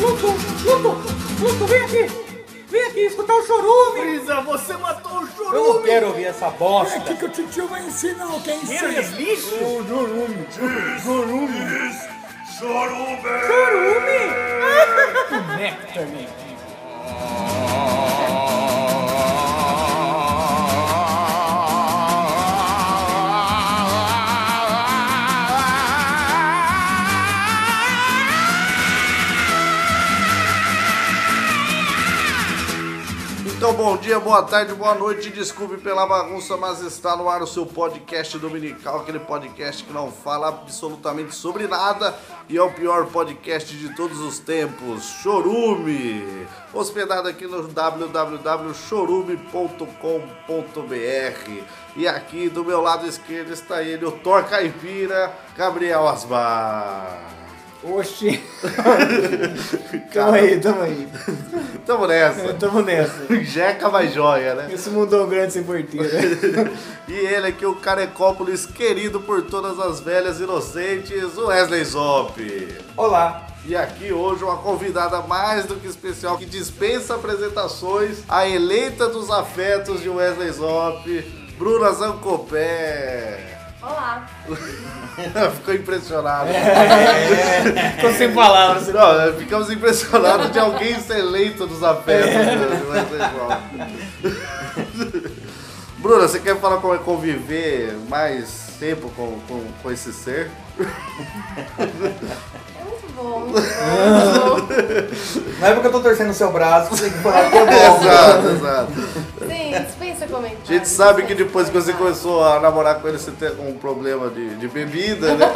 Luto, Luto, Luto, vem aqui! Vem aqui escutar o chorume! Brisa, você matou o Chorume! Eu não quero ouvir essa É bosta. aqui que o titio vai ensinar o que é ensino. lixo? O Jurume. Chorume! Nectar, man. Então, bom dia, boa tarde, boa noite. Desculpe pela bagunça, mas está no ar o seu podcast dominical, aquele podcast que não fala absolutamente sobre nada e é o pior podcast de todos os tempos, Chorume. Hospedado aqui no www.chorume.com.br. E aqui do meu lado esquerdo está ele, o Thor Caipira, Gabriel Osmar. Oxi. Tamo Cara, aí, tamo aí. tamo nessa. Tamo nessa. Jeca mais joia, né? Esse mundão grande sem porteira. E ele aqui, o Carecópolis, querido por todas as velhas inocentes, o Wesley Zop. Olá. E aqui hoje uma convidada mais do que especial que dispensa apresentações, a eleita dos afetos de Wesley Zop, Bruna Zancopé. Olá. Ficou impressionado. Tô É. sem palavras. Não, ficamos impressionados de alguém ser eleito dos afetos É. né? do Wesley Zop. Bruna, você quer falar como é conviver mais tempo com, com, com esse ser? É muito bom, muito bom. muito Não é porque eu tô torcendo o seu braço, você tem que falar que é bom. exato, exato. bom. Sim, dispensa comentários. A gente sabe que dispensa depois que você comentários. começou a namorar com ele, você teve um problema de, de bebida, né?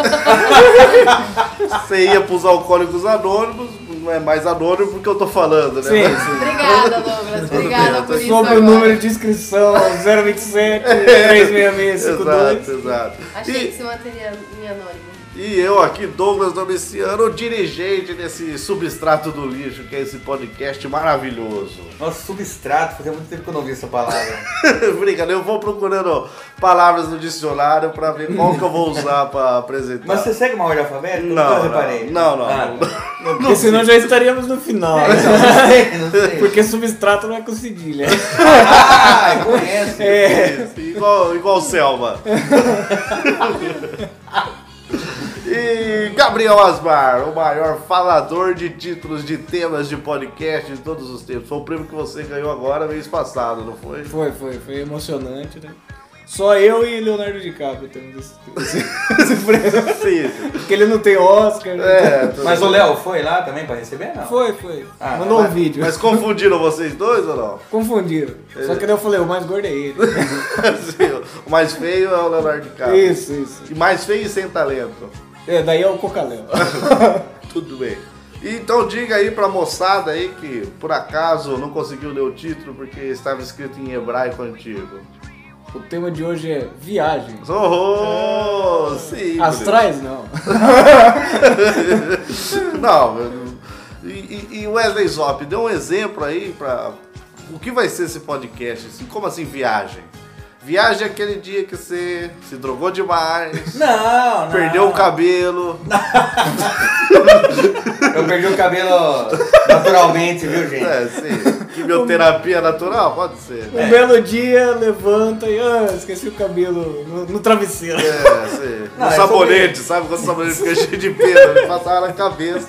você ia pros alcoólicos anônimos, não é mais anônimo porque eu tô falando, né? Sim, sim. Obrigada, Douglas. Obrigada por isso. Sobre é o agora. número de inscrição 027 36652. Exato, exato. Achei que E, se manteria em anônimo. e eu aqui, Douglas Domiciano, o dirigente desse substrato do lixo, que é esse podcast maravilhoso. Nossa, substrato, fazia muito tempo que eu não ouvi essa palavra. Brincadeira, eu vou procurando palavras no dicionário pra ver qual que eu vou usar pra apresentar. Mas você segue uma ordem alfabética? Não, Nunca não. reparei. Não, não. Ah, Porque senão já estaríamos no final. né? É, então, não sei, não sei. Porque substrato não é com cedilha. Ah, eu conheço. Isso, É, igual, igual Selma. E Gabriel Asmar, o maior falador de títulos de temas de podcast de todos os tempos. Foi o prêmio que você ganhou agora mês passado, não foi? Foi, foi, foi emocionante, né? Só eu e Leonardo DiCaprio temos esse, esse prêmio. Sim. Porque ele não tem Oscar. né? não É, tudo Mas o bem. Léo foi lá também pra receber? Não. tem- Foi, foi. Ah, Mandou Mas- um vídeo. Mas confundiram vocês dois ou não? Confundiram. Só que daí eu falei, o mais gordo é ele. Sim, o mais feio é o Leonardo DiCaprio. isso, isso. E mais feio e sem talento. É, daí é o Cocaléu. Tudo bem. Então diga aí pra moçada aí que por acaso não conseguiu ler o título porque estava escrito em hebraico antigo. O tema de hoje é viagens. Oh, sim. Astrais, não. Não, eu- e, e- e Wesley Zop, dê um exemplo aí pra. o que vai ser esse podcast? assim, como assim viagem? Viagem é aquele dia que você se drogou demais, Não, não. perdeu o cabelo. Eu perdi o cabelo naturalmente, viu, gente? É, sim. Quimioterapia natural? Pode ser. Um belo dia, levanta e ah, esqueci o cabelo no, no travesseiro. É, sim. Não, um é sabonete, sabe? Quando o sabonete fica cheio de pelo, ele passava na cabeça.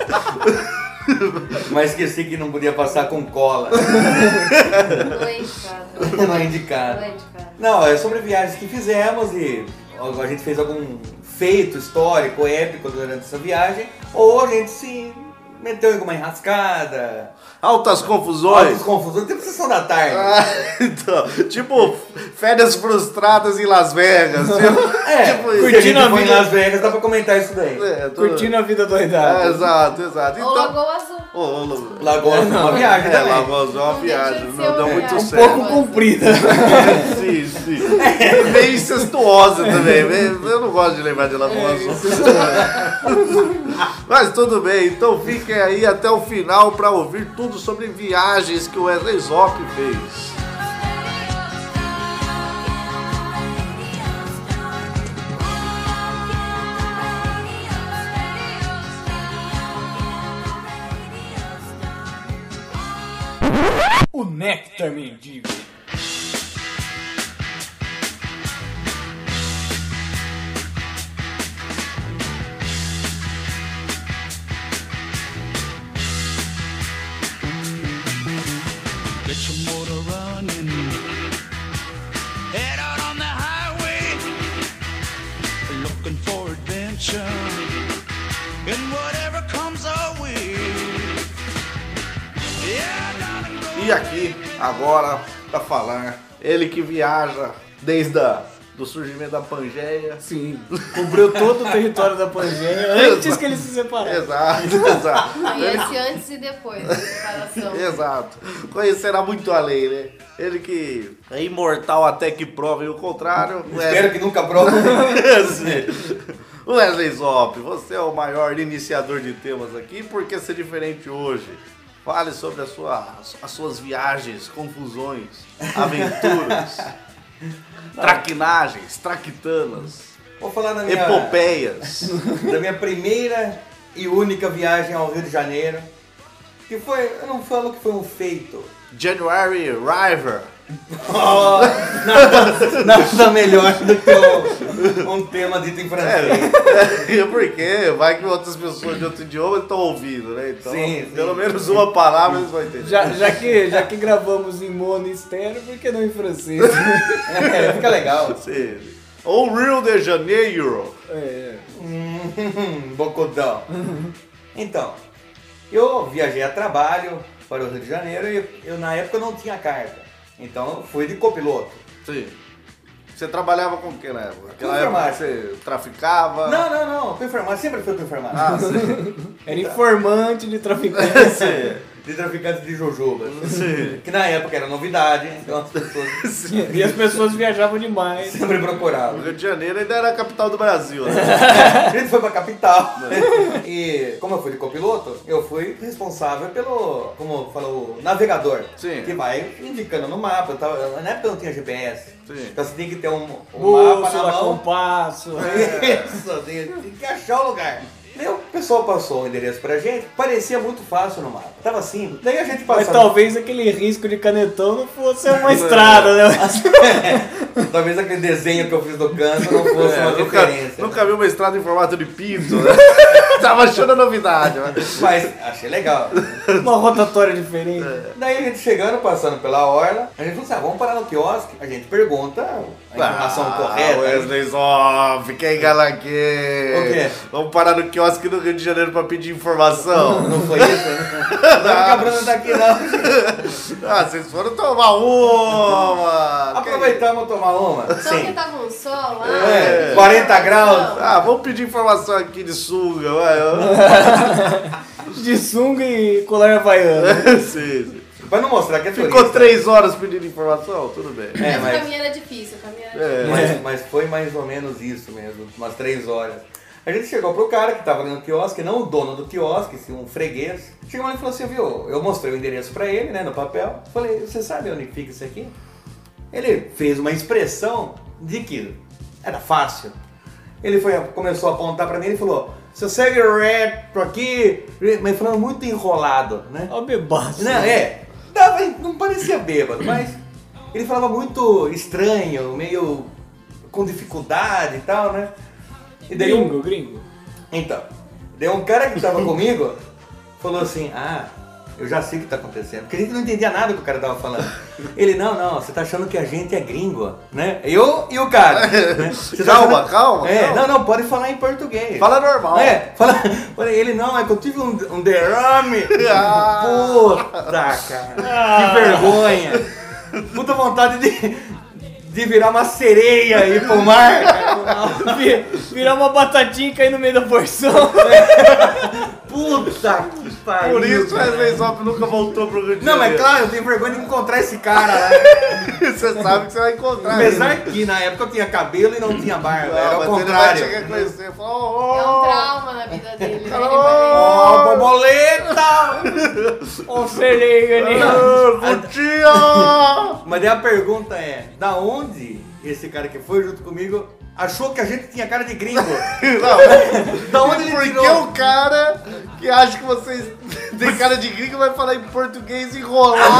Mas esqueci que não podia passar com cola. Não é indicado. Não é Não é indicado. indicado. Não, é sobre viagens que fizemos e a gente fez algum feito histórico, épico durante essa viagem, ou a gente se meteu em alguma enrascada, Altas confusões. Altos confusões, tempo sessão da tarde. Ah, então, tipo, férias frustradas em Las Vegas. Tipo, é, tipo isso. curtindo se a a gente foi em vida- Las Vegas, dá pra comentar isso daí. É, tô- Curtindo a vida É, doidada. exato, exato. Ou Então, Lagoa Azul. ô, ô, Lu- Lagoa é uma viagem é, também. Lavoz é uma viagem, Deixa de ser não deu uma muito viagem. Um certo. pouco comprida. sim, sim. É meio incestuosa também. meio- Eu não gosto de lembrar de Lavoz. Mas tudo bem, então fiquem aí até o final para ouvir tudo sobre viagens que o Wesley Zop fez. O néctar mendigo. Get your motor running. Head out on the highway. Looking for adventure. And whatever comes our way. Yeah, darling, go E aqui, agora, pra falar, ele que viaja desde a, do surgimento da Pangeia. Sim. Cobriu todo o território da É Pangeia antes que eles se separaram. Exato, exato. E esse antes e depois da separação. Exato. Conhecerá muito além, né? Ele que é imortal até que provem o contrário. Espero que nunca prova. Wesley, Wesley Zop, você é o maior iniciador de temas aqui. Por que ser diferente hoje? Fale sobre a sua- as suas viagens, confusões, aventuras, traquinagens, traquitanas, Vou falar da minha, epopeias. da minha primeira e única viagem ao Rio de Janeiro. Que foi, eu não falo que foi um feito. January River. Oh, nada, nada melhor do que um, um tema dito em francês. É, porque vai que outras pessoas de outro idioma estão ouvindo, né? Então, Sim, sim. pelo menos uma palavra eles vão entender. Já, já, que, já que gravamos em mono e estéreo, por que não em francês? É, fica legal. Sim. Ou Rio de Janeiro. É, Hum, Bocodão. Então, eu viajei a trabalho para o Rio de Janeiro e eu na época não tinha carta. Então eu fui de copiloto. Sim. Você trabalhava com o que na época? Aquela Com época que farmácia. você traficava? Não, não, não, fui enfermar, sempre fui enfermar. Ah, sim. era informante de traficante. de traficantes de jujubas. Que na época era novidade, então as pessoas E as pessoas viajavam demais. sempre O procuravam. Rio de Janeiro ainda era a capital do Brasil, né? A gente foi pra capital. E como eu fui de copiloto, eu fui responsável pelo, como falou, navegador. Sim. Que vai indicando no mapa. e tal. Na época eu não tinha GPS. Sim. Então você tem que ter um, um mapa na Bússola, mão. É. compasso. Isso, tem, tem que achar o lugar. Daí o pessoal passou o endereço pra gente, parecia muito fácil no mapa. Tava simples. Daí a gente Mas passava. talvez aquele risco de canetão não fosse uma estrada, né? Talvez aquele desenho que eu fiz do canto não fosse uma É, nunca, diferença. nunca vi uma estrada em formato de pinto, né? Tava achando a novidade, mas... Mas achei legal. Uma rotatória diferente. Daí a gente chegando, passando pela orla, a gente não sabe, vamos parar no quiosque? A gente pergunta a informação Ah, correta. Wesley Zoff, quem galaquê? O quê? Vamos parar no quiosque do Rio de Janeiro pra pedir informação. Não foi isso? né? Não tá cabrando daqui não. ah, vocês foram tomar uma! Aproveitamos tomar uma. Só que Sim. tava um sol lá. É, 40 graus. Não. Ah, vamos pedir informação aqui de sunga, vai. De sunga e colar havaiano. sim, sim. Pra não mostrar que é Ficou turista. três horas pedindo informação? Tudo bem. É, Mas o mas- caminho era difícil, o caminho era É. Mas, mas foi mais ou menos isso mesmo, umas três horas. A gente chegou pro cara que tava ali no quiosque, não o dono do quiosque, sim, um freguês. Chegou lá e falou assim, viu, eu mostrei o endereço pra ele, né, no papel. Falei, você sabe onde fica isso aqui? Ele fez uma expressão de que era fácil. Ele foi, começou a apontar pra mim e falou, você segue reto aqui, mas falando muito enrolado, né? Ó, bebaço. Não, é. Dava, não parecia bêbado, mas ele falava muito estranho, meio com dificuldade e tal, né? E daí um, Gringo, gringo. então, daí um cara que tava comigo falou assim: Ah, Eu já sei o que tá acontecendo. Porque a gente não entendia nada do que o cara tava falando. Ele, não, não, você tá achando que a gente é gringo, né? Eu e o cara. né? Você tá Calma, calma, É, calma. não, não, pode falar em português. Fala normal. É, fala. Olha, ele não, é que eu tive um, um derrame. Ah. Puta, cara. Que vergonha. Puta vontade de, de virar uma sereia e ir pro mar. cara. Vi- Virar uma batatinha e cair no meio da porção. Puta que pariu. Por isso o cara. Wesley Zop nunca voltou pro Rio de Não, mas Janeiro. claro, eu tenho vergonha de encontrar esse cara lá. Você sabe que você vai encontrar ele. Apesar que na época eu tinha cabelo e não tinha barba. Era mas o ele vai contrário. chegar e conhecer e falar, É um ô, ô, trauma na vida dele. Oh! né? Ele Ó, vai borboleta! Ô, sereia, né? ô, Gutinho! Mas daí a pergunta é, da onde esse cara que foi junto comigo achou que a gente tinha cara de gringo? Não, da onde ele porque tirou? o cara que acha que vocês têm cara de gringo vai falar em português enrolado.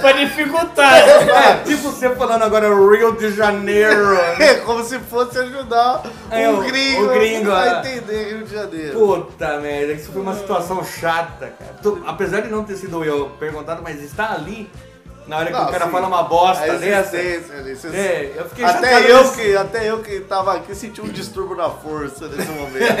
Pra dificultar. É, tipo você falando agora Rio de Janeiro. É como se fosse ajudar É, um o- gringo, o gringo, a é. entender Rio de Janeiro. Puta merda, isso foi uma situação chata, cara. Tu- apesar de não ter sido eu perguntado, mas está ali, na hora que Não, o cara sim. fala uma bosta A dessa. existência ali, vocês- É, eu fiquei chateado Até eu, nesse- que, até eu que tava aqui senti um distúrbio na força nesse momento.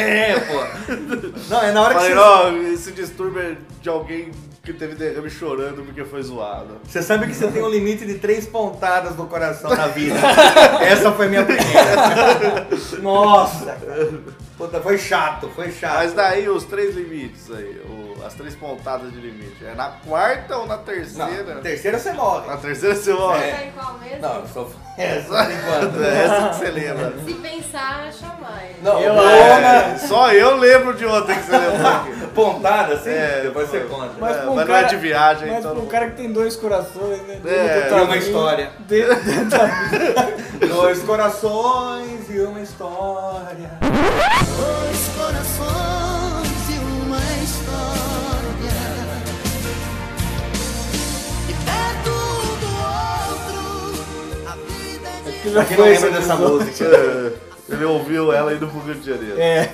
É, pô. Não, é na hora que Falei, você... ó, esse distúrbio é de alguém que teve derrame chorando porque foi zoado. Você sabe que você tem um limite de três pontadas no coração na vida. Essa foi minha primeira. Nossa, cara. Puta, foi chato, foi chato. Mas daí os três limites aí, o- as três pontadas de limite. É na quarta ou na terceira? Não, É. na terceira você morre. Na terceira você morre. pensar Tá em qual mesmo? Não, eu sou... É, só por enquanto. É essa que você lembra. Se pensar, acha mais. Não, Eu- Bruna, É, só eu lembro de outra que você lembrou aqui. pontada, assim, É, depois você foi. conta. Mas É, pra um mas não é cara, de viagem, Mas então pra não- um cara que tem dois corações, né? Dentro É, do e uma tamanho, história. Dentro, dentro da- Dois corações e uma história. Dois corações e uma história. E perto do outro, a vida é de Pra quem não lembra dessa música. É, Ele ouviu ela indo pro Rio de Janeiro. É.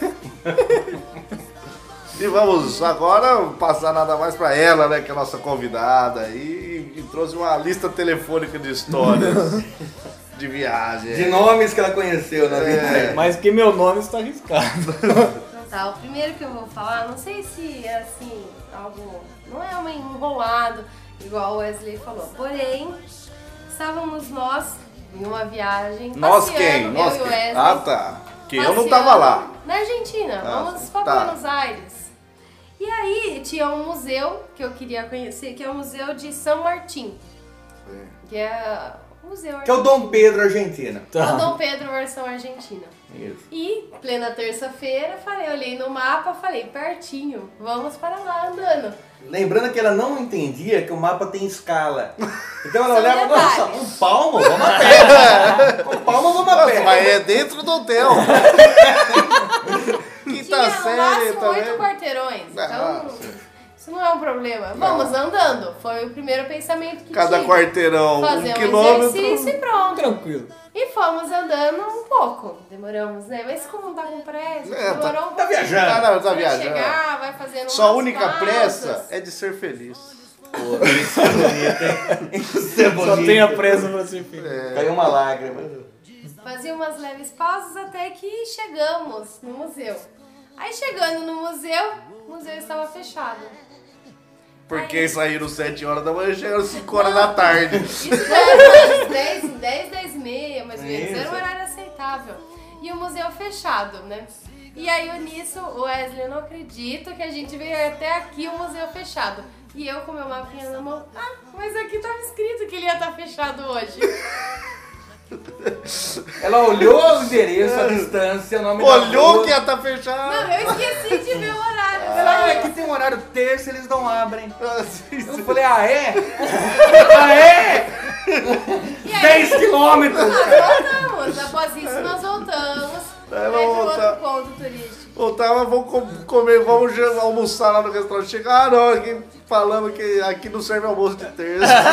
E vamos agora passar nada mais pra ela, né? Que é a nossa convidada. E, e trouxe uma lista telefônica de histórias de viagem. De nomes que ela conheceu na vida. É. Mas que meu nome está arriscado. Então tá, o primeiro que eu vou falar, não sei se é assim, algo. Não é um enrolado, igual o Wesley falou. Porém, estávamos nós em uma viagem. Nós passeando, quem? Eu Nós e o quem? Wesley. Ah, tá. Que eu não passeando tava lá. Na Argentina, Ah, vamos pra tá. Buenos Aires. E aí tinha um museu que eu queria conhecer, que é o Museu de São Martim. Que é o museu Que é o Dom Pedro Argentina. É o Tá. Dom Pedro versão argentina. Então, Isso. E, plena terça-feira, falei, olhei no mapa, falei, pertinho, vamos para lá andando. Lembrando que ela não entendia que o mapa tem escala. Então ela São olhava, detalhes. nossa, um palmo, vamos a pé. Um palmo, vamos a Nossa, mas pé. é dentro do hotel. Quinta Tinha no série máximo também. oito quarteirões. Ah, Então, isso não é um problema. Vamos andando. Foi o primeiro pensamento que Cada tive. quarteirão, Fazer um um exercício e quilômetro. pronto. Tranquilo. E fomos andando um pouco. Demoramos, né? Mas como não tá com pressa, É, tá- demorou um pouco. Tá viajando. Cara, tá Vai viajando. chegar, vai fazendo Sua umas única pausas. pressa é de ser feliz. Isso é Só bonito. tem a presa pra ser feita. Caiu uma lágrima. Fazia umas leves pausas até que chegamos no museu. Aí chegando no museu, o museu estava fechado. Porque saíram 7 horas da manhã e chegaram 5 horas da tarde. Isso já era umas 10, 10, 10 e meia, mais ou menos. Era Isso. um horário aceitável. E o museu fechado, né? E aí eu nisso, o Wesley, eu não acredito que a gente veio até aqui o museu fechado. E eu com meu mapinha na mão, ah, mas aqui tava escrito que ele ia estar fechado hoje. Ela olhou o endereço, a distância, o nome da Olhou rua. que ia tá fechado. Não, eu esqueci de ver o horário. né? Ah, sabe? aqui tem um horário terça, eles não abrem. Assim, Eu falei, ah é? ah é? E aí- 10 quilômetros! Nós voltamos. Após isso, nós voltamos. É, É, vamos vamos voltar. outro ponto turístico. Ou tava, vamos com- comer, vamos jan- almoçar lá no restaurante. Chegaram, ah, não, aqui falando que aqui não serve almoço de terça.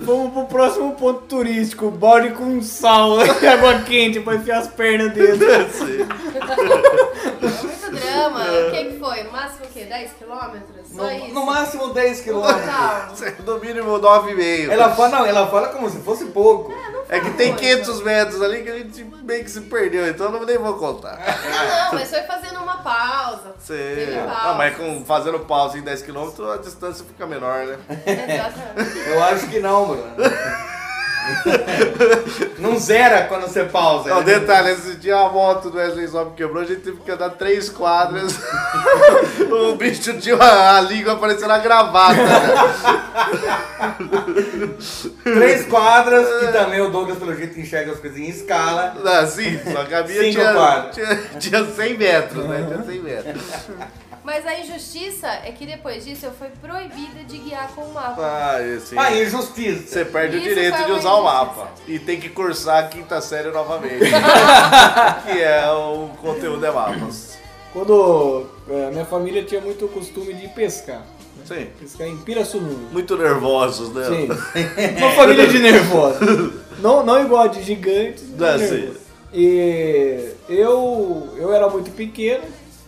Vamos pro próximo ponto turístico, balde com sal e água quente pra enfiar as pernas dentro. É muito drama. Gama, o que, que foi? No máximo o quê? 10 quilômetros? Só No, isso? Ah, tá. no máximo 10 quilômetros. Total. No mínimo 9,5. Ela fala, não, ela fala como se fosse pouco. É que tem 500 metros ali que a gente meio que se perdeu, então eu não- nem vou contar. Ah, Não, não, mas foi fazendo uma pausa. Você... Teve pausa. Ah, mas com, fazendo pausa em 10km a distância fica menor, né? Exatamente. Eu acho que não, Bruno. Não zera quando você pausa. Não, Ele- É um detalhe, esse dia a moto do Wesley Zop quebrou, a gente teve que andar 3 quadras. o bicho tinha a, a língua parecendo a gravata. né? Três quadras, que também o Douglas, pelo jeito, enxerga as coisas em escala. Não, Sim, só que a minha Cinco tinha, quadras. tinha, tinha 100 metros, né? Tinha 100 metros. Mas a injustiça é que depois disso eu fui proibida de guiar com o mapa. Ah, esse... Ah, injustiça. Você perde Isso o direito foi de uma usar o injustiça. mapa. E tem que cursar a quinta série novamente. que é o conteúdo é mapas. Quando é, minha família tinha muito costume de pescar. né? Sim. Pescar em Pirassununga. Muito nervosos, né? Sim. Uma família de nervosos. Não, não igual a de gigantes. mas é Não, assim. sim. nervosos. E eu, eu era muito pequeno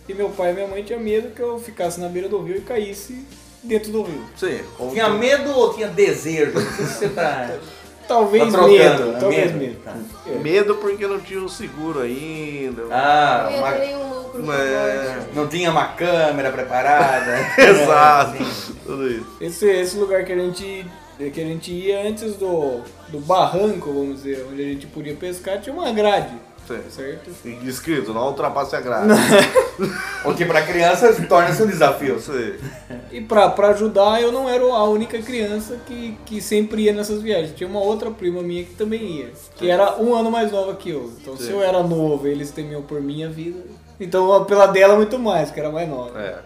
e meu pai e minha mãe tinham medo que eu ficasse na beira do rio e caísse dentro do rio. Sim. como Tinha tu- medo ou tinha desejo? Não sei se você tá, Talvez tá trocando. medo. né? Talvez medo. Medo. Tá. É. Medo porque não tinha o seguro ainda. Ah, é. Eu uma- entrei um lucro Mas- gigante. não tinha uma câmera preparada. Exato. É, assim. Tudo isso. Esse, esse lugar que a gente que a gente ia antes do, do barranco, vamos dizer, onde a gente podia pescar, tinha uma grade, tá Sim. certo? E Escrito, não ultrapasse a grade. O que pra criança torna-se um desafio. Sim. E pra, pra ajudar, eu não era a única criança que, que sempre ia nessas viagens. Tinha uma outra prima minha que também ia, que era um ano mais nova que eu. Então se Sim. eu era novo, eles temiam por minha vida. Então pela dela muito mais, que era mais nova. É.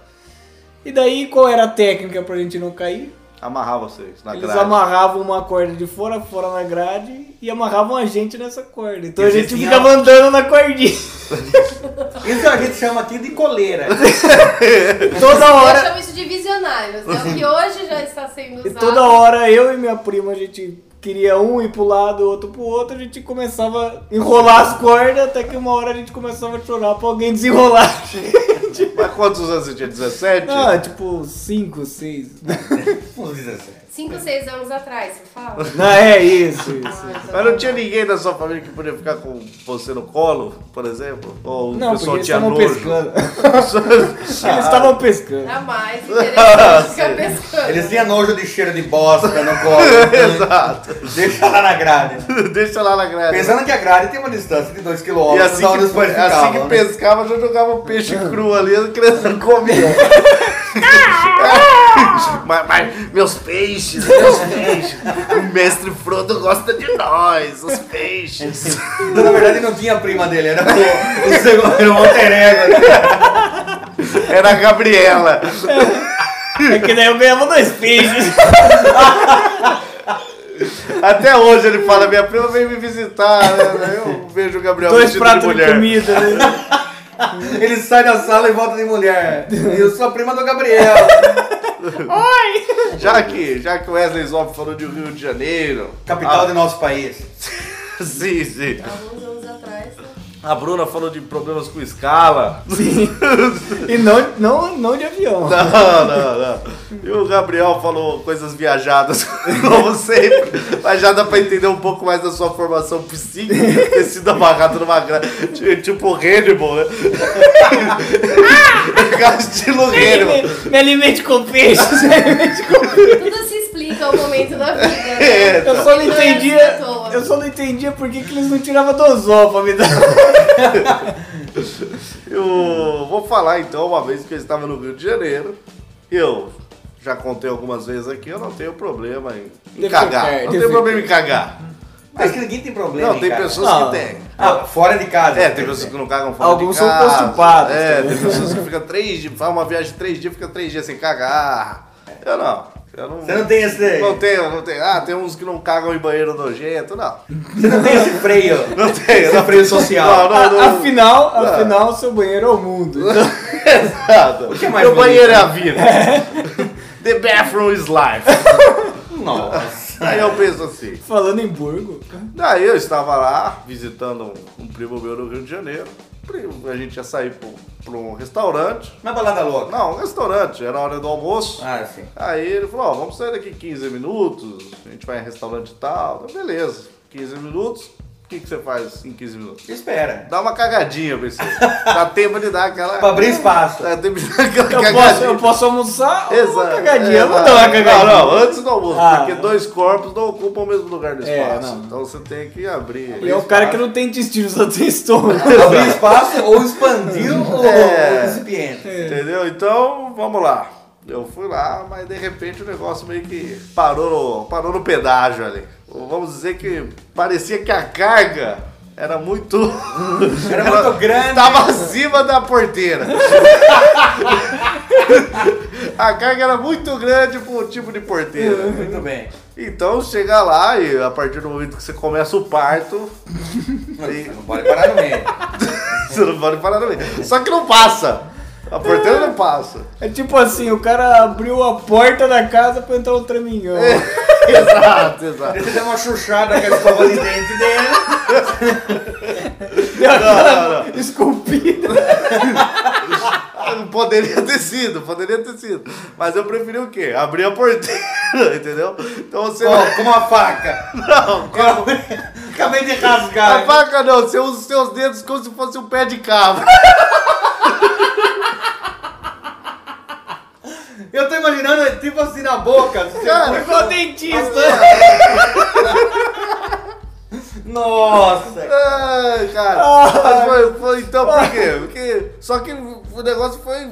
E daí qual era a técnica pra gente não cair? Amarrar vocês na Eles grade. amarravam uma corda de fora a fora na grade e amarravam a gente nessa corda. Então a gente Existia- ficava andando na cordinha. Isso a gente chama aqui de coleira. toda Eu hora. chamo isso de visionários, né? O que hoje já está sendo E usado. toda hora eu e minha prima, a gente queria um ir pro lado, outro pro outro, a gente começava a enrolar as cordas, até que uma hora a gente começava a chorar pra alguém desenrolar. a gente. Mas quantos anos você tinha? 17? Ah, tipo, 5, 6. Uns 17. 5, 6 anos atrás, você fala? Não, é isso, isso. Ah. Mas não tinha ninguém da sua família que podia ficar com você no colo, por exemplo? Ou o Não, porque pessoal eles tinha estavam nojo? Ah. pescando. Eles estavam pescando. Tá mais interessante ficar pescando. Eles tinham nojo de cheiro de bosta no colo. Exato. Deixa lá na grade. Deixa lá na grade. Pensando que a grade tem uma distância de 2 km, E assim da onde os que, pais assim ficavam, que né? pescava, já jogava o peixe cru ali, a criança comia. mas, mas, meus peixes, meus peixes. O mestre Frodo gosta de nós, os peixes. Então, na verdade, não tinha a prima dele, era o, o segundo era o alter ego. né? Era a Gabriela. É que daí eu ganhava dois peixes. É Até hoje ele fala: minha prima veio me visitar. né? Eu vejo o Gabriel Dois vestido de pratos de, mulher. comida, né? Ele sai da sala e volta de mulher. E eu sou a prima do Gabriel. Já que, já que o Wesley Zop falou de Rio de Janeiro. Capital a- do nosso país. Sim, sim. Alguns anos atrás, né? A Bruna falou de problemas com escala. E não, não, não de avião. Tá Não, não, não. E o Gabriel falou coisas viajadas, como sempre. Mas já dá pra entender um pouco mais da sua formação psíquica, ter sido amarrado numa grade. Tipo Hannibal, né? Cara, Estilo Hannibal. Me, me alimente com peixes. me alimente com tudo se explica ao momento da vida. Né? É, tá. Eu só não Ignorância entendia. à toa. Eu só não entendia por que, que eles não tiravam do anzol pra me dar. Eu vou falar então uma vez que eu estava no Rio de Janeiro. Eu já contei algumas vezes aqui, eu não tenho problema em, em Defecar, cagar. Não tenho defecar. problema em cagar. Mas que ninguém tem problema. Não, tem cara. pessoas Não. que têm. Ah, fora de casa. É, tem pessoas que não cagam fora Alguns de casa. são constipados É, também. tem pessoas que ficam três dias, faz uma viagem de três dias, fica três dias sem cagar. Eu não. Eu não, Você não tem esse. Não tenho, não tenho. Ah, tem uns que não cagam em banheiro nojento, não. Você não tem esse freio. Não tenho. Esse Não, freio social. não, não. não. Ah, afinal, Ah. afinal, seu banheiro é o mundo. Exato. que é mais Meu bonito? banheiro é a vida. The bathroom is life. Nossa. Aí eu penso assim. tá Falando em burgo, Daí eu estava lá visitando um, um primo meu no Rio de Janeiro. A gente ia sair pro, pro restaurante. Na balada louca. Não, um restaurante, era a hora do almoço. Ah, sim. Aí ele falou, ó, vamos sair daqui 15 minutos, a gente vai em restaurante e tal. Eu, Beleza, 15 minutos, o que, que você faz em 15 minutos? Espera. Dá uma cagadinha, eu pensei. Dá tempo de dar aquela... Pra abrir espaço. Dá tempo de dar aquela Eu cagadinha. posso, eu posso almoçar ou uma Exato. cagadinha? É, Eu vou dar uma cagadinha. Não, não, antes do almoço, Ah, porque não. dois corpos não ocupam o mesmo lugar do É, espaço. não. então você tem que abrir. E é o cara que não tem intestino, só tem estômago. Abrir espaço ou expandir o, É. o recipiente. Entendeu? Então, vamos lá. Eu fui lá, mas de repente o negócio meio que parou no, parou no pedágio ali. Vamos dizer que parecia que a carga era muito. Era muito grande. Tava acima da porteira. a carga era muito grande pro tipo de porteira. Muito bem. Então chega lá e a partir do momento que você começa o parto, Você não pode parar no meio. você não pode parar no meio. Só que não passa. A porteira não passa. É tipo assim, o cara abriu a porta da casa pra entrar um tramingão. É. exato, exato. Você deu uma chuchada com a escova de dente dele. Deu aquela esculpida. Ah, Poderia ter sido, poderia ter sido. Mas eu preferi o quê? Abrir a porteira, entendeu? Então você vai- Ó, com uma faca. não. Com a- Acabei de rasgar. A faca não, você usa os seus dedos como se fosse um pé de cabra. Eu tô imaginando, tipo assim, na boca. Você Cara, Ficou dentista. Nossa! Ai, cara. Mas foi- foi- então por quê? Porque, só que o negócio foi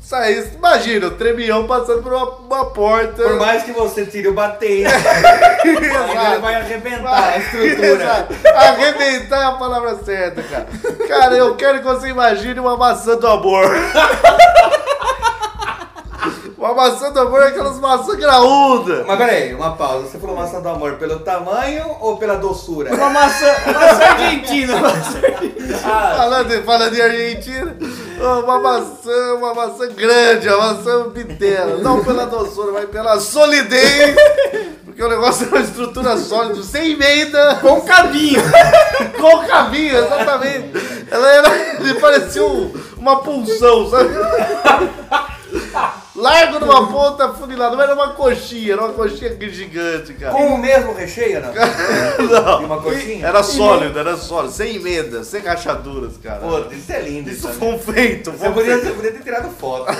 sair. Imagina, o tremião passando por uma, uma porta. Por mais que você tire o bater, Exato. ele vai arrebentar a estrutura. Exato. Arrebentar é a palavra certa, cara. Cara, eu quero que você imagine uma maçã do amor. Uma maçã do amor é aquelas maçãs graúdas. Mas peraí, uma pausa. Você falou maçã do amor pelo tamanho ou pela doçura? Uma maçã, uma maçã argentina. uma maçã argentina. Falando, de- falando de Argentina, uma maçã, uma maçã grande, uma maçã bitela. Não pela doçura, mas pela solidez. Porque o negócio é uma estrutura sólida, sem emenda. Com um cabinho. Com caminho, exatamente. Ela era. Ele parecia um- uma punção, sabe? Largo numa ponta, funilado. Mas era uma coxinha, era uma coxinha gigante, cara. Com o mesmo recheio, não? Não. E uma coxinha? Era sólido, era sólido. Sem emenda, sem rachaduras, cara. Pô, isso é lindo. Isso Isso né? foi um feito. Foi você, um podia, feito. você podia ter tirado foto.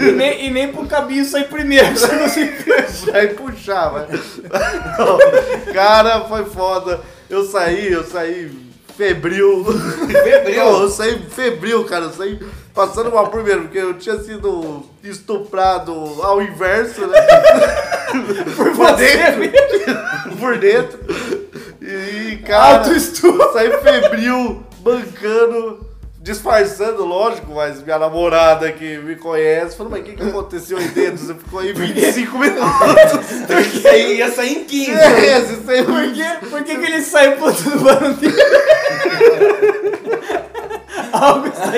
E nem, e nem pro cabinho sair primeiro. Você não se Aí puxava. Não, cara, foi foda. Eu saí, eu saí febril. Febril? Não, eu saí febril, cara. Eu saí passando mal primeiro, porque eu tinha sido estuprado ao inverso, né? Por, dentro. Por dentro. E, cara, eu saí febril, bancando. Disfarçando, lógico, mas minha namorada que me conhece falou: Mas o que, que aconteceu aí dentro? Você ficou aí 25 minutos. Porque aí ia sair em 15. É, você saiu Por que, por que, que ele saiu pro outro lado? Algo está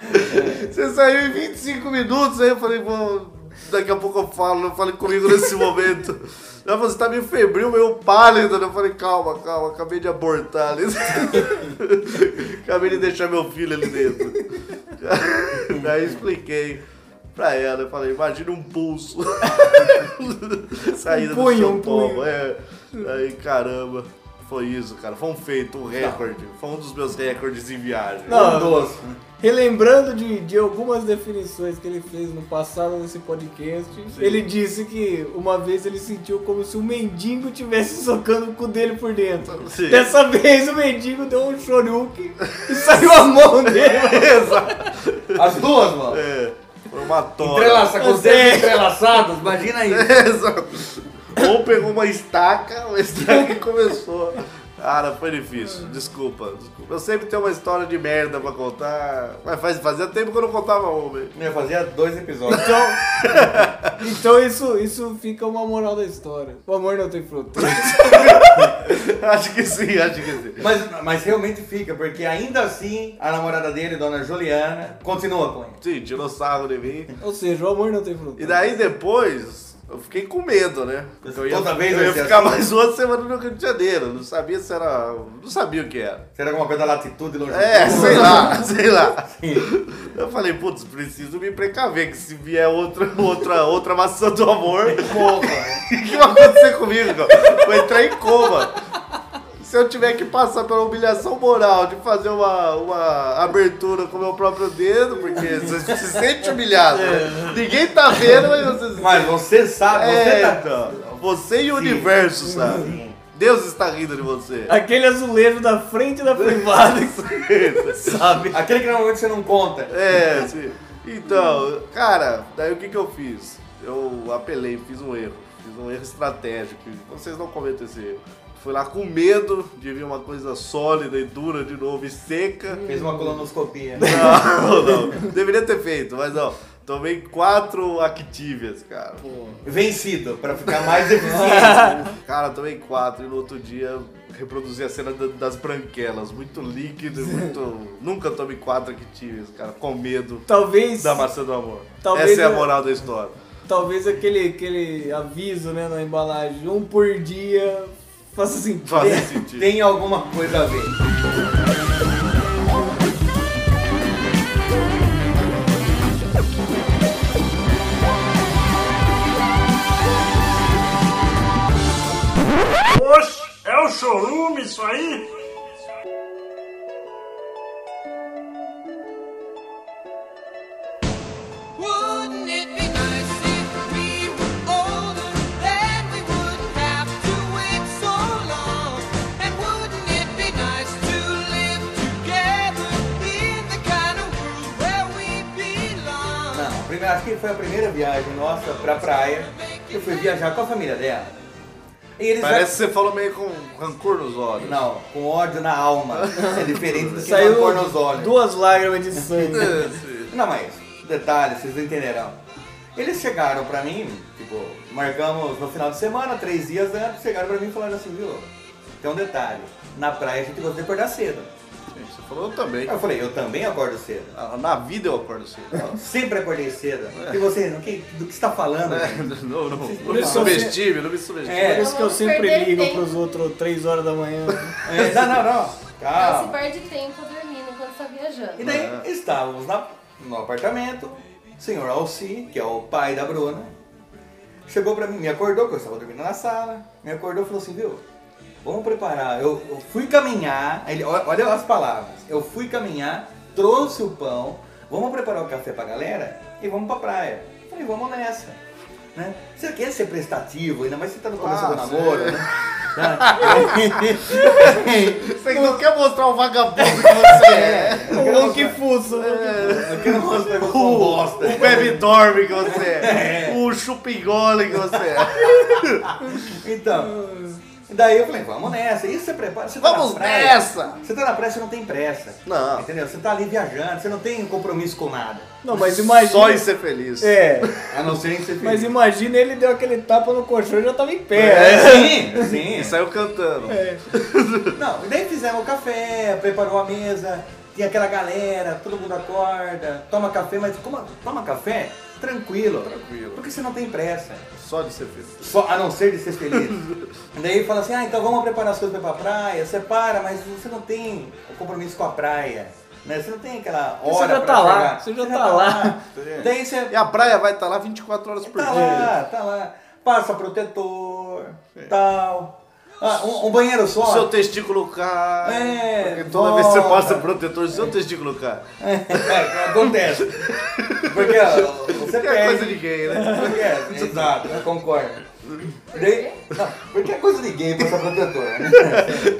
de... Você saiu em 25 minutos, aí eu falei, bom, daqui a pouco eu falo, não fale comigo nesse momento. Ela falou, você tá meio febril, meio pálido. né? Eu falei, calma, calma, acabei de abortar ali. acabei de deixar meu filho ali dentro. Daí eu expliquei pra ela, eu falei, imagina um pulso. Saída punho, do um sintoma. punho. é. Aí, caramba. Foi isso, cara. Foi um feito, um recorde. Foi um dos meus recordes em viagem. Não, Doce. Relembrando de, de algumas definições que ele fez no passado nesse podcast, ele disse que uma vez ele sentiu como se um mendigo tivesse socando o cu dele por dentro. Sim. Dessa vez o mendigo deu um choruque e saiu a mão dele. As duas, mano. É, foi uma tora. Entrelaça, com os Você- dedos entrelaçados, imagina isso. Exato. Ou pegou uma estaca, uma estaca e começou. Cara, foi difícil. Desculpa, desculpa. Eu sempre tenho uma história de merda pra contar. Mas faz, fazia tempo que eu não contava uma. hein? Eu fazia dois episódios. Então isso, isso fica uma moral da história. O amor não tem fronteira. Acho que sim, acho que sim. Mas, mas realmente fica, porque ainda assim a namorada dele, dona Juliana, continua com ele. Sim, tirou sarro de mim. Ou seja, o amor não tem E fronteira. daí depois. Eu fiquei com medo, né? Eu ia, Toda vez eu vai ia ser ficar assim. mais uma semana no Rio de Janeiro. Não sabia se era. Não sabia o que era. Será alguma coisa da latitude longe? É, sei lá, sei lá. Eu falei, putz, preciso me precaver, que se vier outra, outra, outra maçã do amor, o que vai acontecer comigo? cara? Vou entrar em coma. Se eu tiver que passar pela humilhação moral de fazer uma, uma abertura com o meu próprio dedo, porque você se sente humilhado. né? Ninguém tá vendo, mas você se É. Mas você sabe, você é, tá. então. Você e o universo, sabe? Deus está rindo de você. Aquele azulejo da frente da privada. É Sabe? Aquele que normalmente você não conta. É, sim. Então, cara, daí o que que eu fiz? Eu apelei, fiz um erro. Fiz um erro estratégico. Vocês não cometem esse erro. Fui lá com medo de vir uma coisa sólida e dura de novo e seca. Fez uma colonoscopia. Não, não. Deveria ter feito, mas não. Tomei quatro Activias, cara. Vencido, pra ficar mais eficiente. Cara, eu tomei quatro e no outro dia reproduzi a cena da- das branquelas. Muito líquido, e muito. Nunca tomei quatro que tive, cara, com medo Talvez. da maçã do amor. Talvez Essa é a eu- moral da história. Talvez aquele, aquele aviso, né, na embalagem, um por dia, faça assim, sentido. assim, Fazia sentido. Tem alguma coisa a ver. Oxe, é o chorume isso aí? Wouldn't it be nice if we were older? Then we wouldn't have to wait so long. And wouldn't it be nice to live together in the kind of world where we belong? Não, primeiro, acho que foi a primeira viagem nossa pra praia. Eu fui viajar com a família dela. E eles Parece que você falou meio com rancor nos olhos. Não, com ódio na alma. É diferente do que Saiu rancor nos olhos. duas lágrimas de sangue. É, Não, mas detalhe, vocês não entenderão. Eles chegaram pra mim, tipo, marcamos no final de semana, três dias antes, chegaram pra mim e falaram assim, viu? Tem um detalhe, na praia a gente gosta de acordar cedo. Você falou eu também. Eu falei, eu também acordo cedo. Ah, Na vida eu acordo cedo. Eu sempre acordei cedo. E você, do que, do que você tá falando? gente? Não, não, não me Eles são- subestime, não me subestime. É. Por isso que eu Vamos sempre perder ligo tempo. pros outros 3 horas da manhã. É, assim não, não, não. Não se Calma. perde tempo dormindo enquanto tá viajando. E daí estávamos na- no apartamento, o senhor Alci, que é o pai da Bruna, chegou pra mim, me acordou, que eu estava dormindo na sala, me acordou e falou assim, viu, vamos preparar. Eu, eu fui caminhar, ele, olha olha as palavras, eu fui caminhar, trouxe o pão, vamos preparar o café pra galera e vamos pra praia. Eu falei, vamos nessa. Né? Você quer ser prestativo, ainda mais você tá no começo do Ah, namoro, sim. né? Você não quer mostrar o vagabundo que você é. O Lonky Fuso. Eu quero mostrar que eu sou um bosta. O bebe dorme que você é. O chupingola que você é. Então. Daí eu falei, vamos nessa. Isso você prepara. Você tá Hum. Vamos na praia. nessa! Você tá na praia, você não tem pressa. Não. Entendeu? Você tá ali viajando, você não tem compromisso com nada. Não, mas imagina... Só em ser feliz. É, A não ser em ser mas feliz. imagina ele deu aquele tapa no colchão e já tava em pé. É, sim, sim. E saiu cantando. é- Não, e daí fizemos o café, preparou a mesa, tinha aquela galera, todo mundo acorda, toma café, mas como, toma café? Tranquilo. Tranquilo. Porque você não tem pressa. Só de ser feliz. Só, a não ser de ser feliz. Daí fala assim, ah, então vamos preparar as coisas pra ir pra praia, separa, mas você não tem o compromisso com a praia. Né? Você não tem aquela hora. Você já pra tá lá, chegar. você já tá lá. Daí você. E a praia vai estar lá 24 horas por Tá dia. lá, tá lá. Passa protetor, tal. Ah, um, um banheiro só. O seu testículo cai. É, Porque toda vez que você volta. passa protetor, o seu testículo cai. É, acontece. Porque ó, você Que é perde. coisa de gay, né? Porque é, exato, eu concordo. Daí, não, porque é coisa de gay passar protetor, né?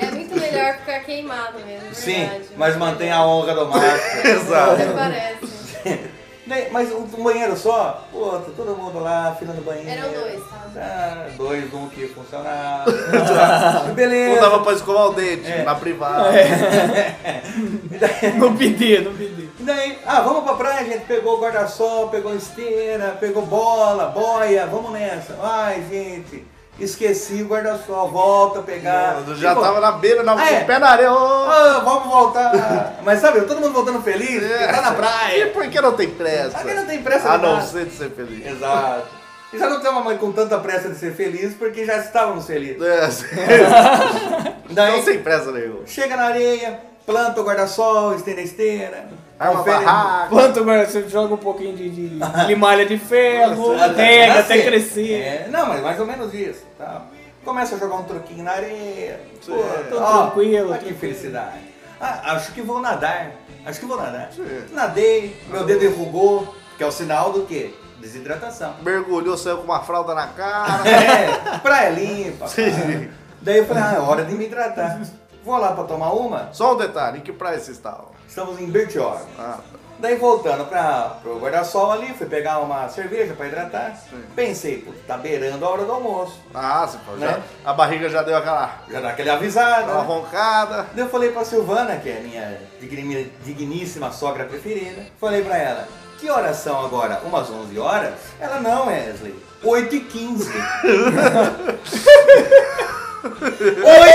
É muito melhor ficar queimado mesmo, é Sim, verdade. mas mantém a honra do Márcio. Exato. Até parece. Né, Mas um, um banheiro só? Pô, tá todo mundo lá, fila do banheiro. Eram dois, tá? Ah, dois, um que funcionava. Tá, Não Beleza. dava pra escovar o dente É. na privada. É. Não pedi, não pedi. E daí, ah, vamos pra praia, gente. Pegou guarda-sol, pegou esteira, pegou bola, boia, vamos nessa. Ai, gente, esqueci o guarda-sol, volta a pegar. Já Tipo, tava na beira, na, É. com o pé na areia. ô. Ah, vamos voltar. Mas sabe, todo mundo voltando feliz, É. porque tá na praia. E por que não tem pressa? Ah, que não tem pressa A de não nada. ser de ser feliz. Exato. Já não estava mais com tanta pressa de ser feliz, porque já estávamos felizes. É, Daí, Então, Não assim, sem pressa nenhuma. chega na areia, planta o guarda-sol, estende a esteira. Arma confere- barraca. Quanto, mano, você joga um pouquinho de, de limalha de ferro, Nossa, rega até nascer. crescer. É, não, mas mais ou menos isso. Tá? Começa a jogar um troquinho na areia. Pô, é. Tô ó, tranquilo, olha Que tranquilo. felicidade. Ah, acho que vou nadar. Acho que vou nadar. Nadei, Ah. meu dedo enrugou, que é o sinal do quê? Desidratação. Mergulhou, saiu com uma fralda na cara. É, praia limpa. Sim. pá. Daí eu falei, ah, é hora de me hidratar. Vou lá pra tomar uma. Só um detalhe, em que praia vocês estavam? Estamos em Bertioga. Ah, Daí voltando para o guarda-sol ali, fui pegar uma cerveja pra hidratar. Pensei, pô, tá beirando a hora do almoço. ah você falou, já, Né? a barriga já deu aquela, Já dá aquele avisado. aquela roncada. Daí eu falei pra Silvana, que é a minha digni- digníssima sogra preferida, falei pra ela, que horas são agora? Umas 11 horas? Ela, não, Wesley, 8 e 15. 8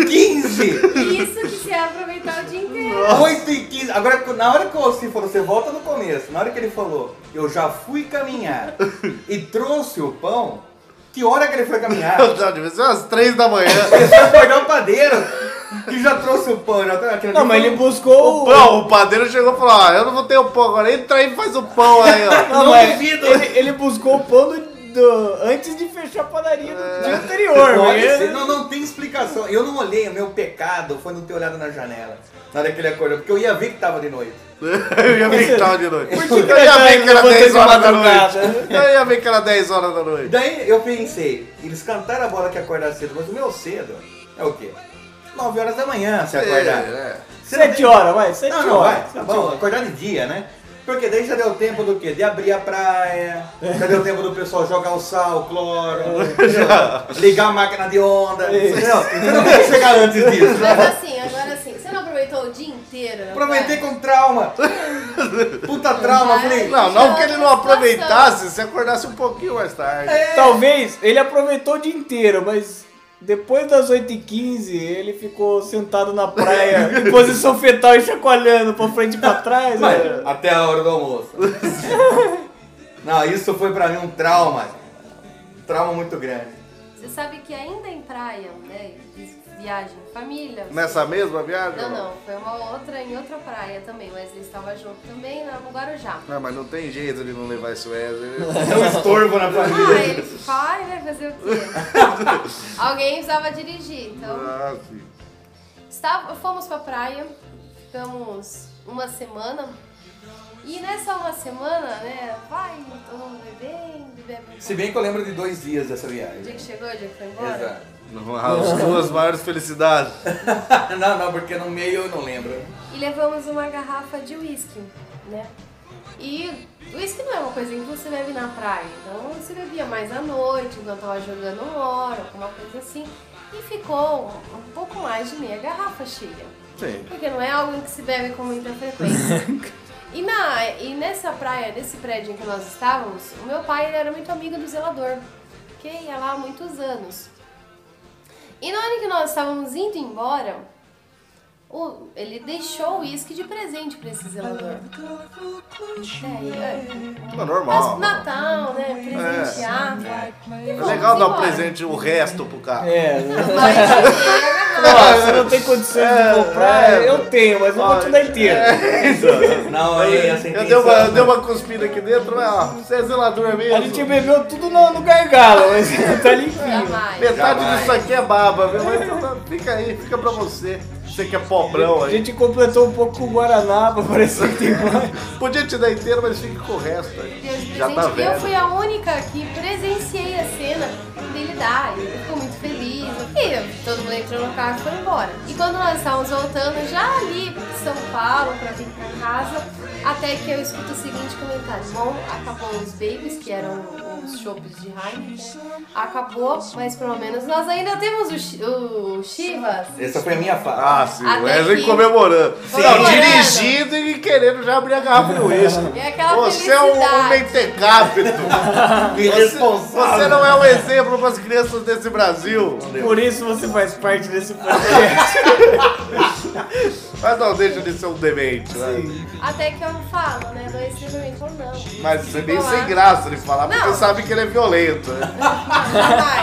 e 15! Isso que você ia aproveitar o dia inteiro. 8 e 15. Agora, na hora que o Alci falou, você volta no começo, na hora que ele falou, eu já fui caminhar e trouxe o pão, que hora que ele foi caminhar? Já devia ser umas três da manhã. Ele foi acordar o padeiro, que já trouxe o pão. né? Já trouxe aquele Não, mas ele pão. buscou O pão, o padeiro chegou e falou, ó, eu não vou ter o pão agora, entra aí e faz o pão aí, ó. Não, Não mas duvido. ele, ele buscou o pão do, do- antes de fechar a padaria do dia anterior. Pode mas- ser. É. assim, Não, não tem explicação. Eu não olhei, o meu pecado foi não ter olhado na janela na hora que ele acordou, porque eu ia ver que tava de noite. Eu ia ver que tava de noite. Por que Eu que ele ia tá ver que era levantando 10 de horas da noite. madrugada? Eu ia ver que era 10 horas da noite. Daí eu pensei, eles cantaram a bola que acordar cedo, mas o meu cedo é o quê? 9 horas da manhã se acordar. É, é. Você não Sete tem- horas, vai, sete Não, não, horas. vai. Tá sete bom, horas. acordar de dia, né? Porque daí já deu tempo do quê? De abrir a praia, já deu tempo do pessoal jogar o sal, o cloro, ligar a máquina de onda. Entendeu? Você não vai chegar antes disso. Mas assim, agora assim, você não aproveitou o dia inteiro? Aproveitei com trauma. Puta trauma, falei. Não, não que ele não aproveitasse se acordasse um pouquinho mais tarde. É. Talvez ele aproveitou o dia inteiro, mas depois das 8h15 ele ficou sentado na praia em posição fetal e chacoalhando pra frente e pra trás. né? Mas, até a hora do almoço. Não, isso foi pra mim um trauma. Um trauma muito grande. Você sabe que ainda em praia, né? Viagem, família. Nessa mesma viagem? Não, ou não, foi uma outra em outra praia também, mas ele estava junto também lá no Guarujá. Não, mas não tem jeito de não levar esse Wesley. É um estorvo na Ah, família. ele vai, né? Fazer o quê? Alguém precisava dirigir, então. Ah, sim. Estava, fomos pra praia, ficamos uma semana. E nessa uma semana, né? Vai, todo mundo bebendo, bebendo. Se bem que eu lembro de dois dias dessa O viagem. dia que chegou, o dia que foi embora. Exato. As duas maiores felicidades. não, não, porque no meio eu não lembro. e levamos uma garrafa de uísque, né? E uísque não é uma coisa que você bebe na praia, então você bebia mais à noite, enquanto tava jogando um hora, alguma coisa assim. E ficou um pouco mais de meia garrafa cheia. Sim. Porque não é algo que se bebe com muita frequência. e, na, e nessa praia, nesse prédio em que nós estávamos, o meu pai ele era muito amigo do zelador, que ia lá há muitos anos. E na hora que nós estávamos indo embora, o- ele deixou o uísque de presente para esse zelador. É, é, Mas mas normal. Natal, né? Presentear. E É fomos legal dar um embora. presente o resto pro cara. É, Mas, ó, você não tem condições de comprar, é. eu tenho, mas não vou te dar inteiro. é. Não, aí essa Eu dei, uma, eu dei intenção. né? uma cuspida aqui dentro, mas ó, você é zelador mesmo. né? A gente bebeu tudo no, no gargalo, mas tá limpinho. jamais. Metade Jamais. disso aqui é baba, viu? Mas tudo- fica aí, fica pra você. Você que é pobrão A aí. gente completou um pouco com o Guaraná pra parecer que tem mais. Podia te dar inteiro, mas fica com o resto. aí. Deus presente. Já tá E eu fui velho. a única que presenciei a cena dele dar. Ele ficou muito feliz. E todo mundo entrou no carro e foi embora. E quando nós estávamos voltando, já ali de São Paulo, pra vir pra casa, até que eu escuto o seguinte comentário. Bom, acabou os babies, que eram os chopes de Heineken. Acabou, mas pelo menos nós ainda temos o, Chi- o Chivas. Essa foi a minha fala. Ah, sim, Até o Wesley que- comemorando. Não, Comemorando. dirigindo e querendo já abrir a garrafa do uísque. É aquela Você é um, um felicidade. mentecapto. Você, Irresponsável. você não é um exemplo para as crianças desse Brasil. Por isso você faz parte desse podcast. Mas não deixa de ser um demente, né? Até que eu falo, né? Não é extremamente ou não. Mas você bem Olá. sem graça de falar, porque Não. sabe que ele é violento, né? Jamais,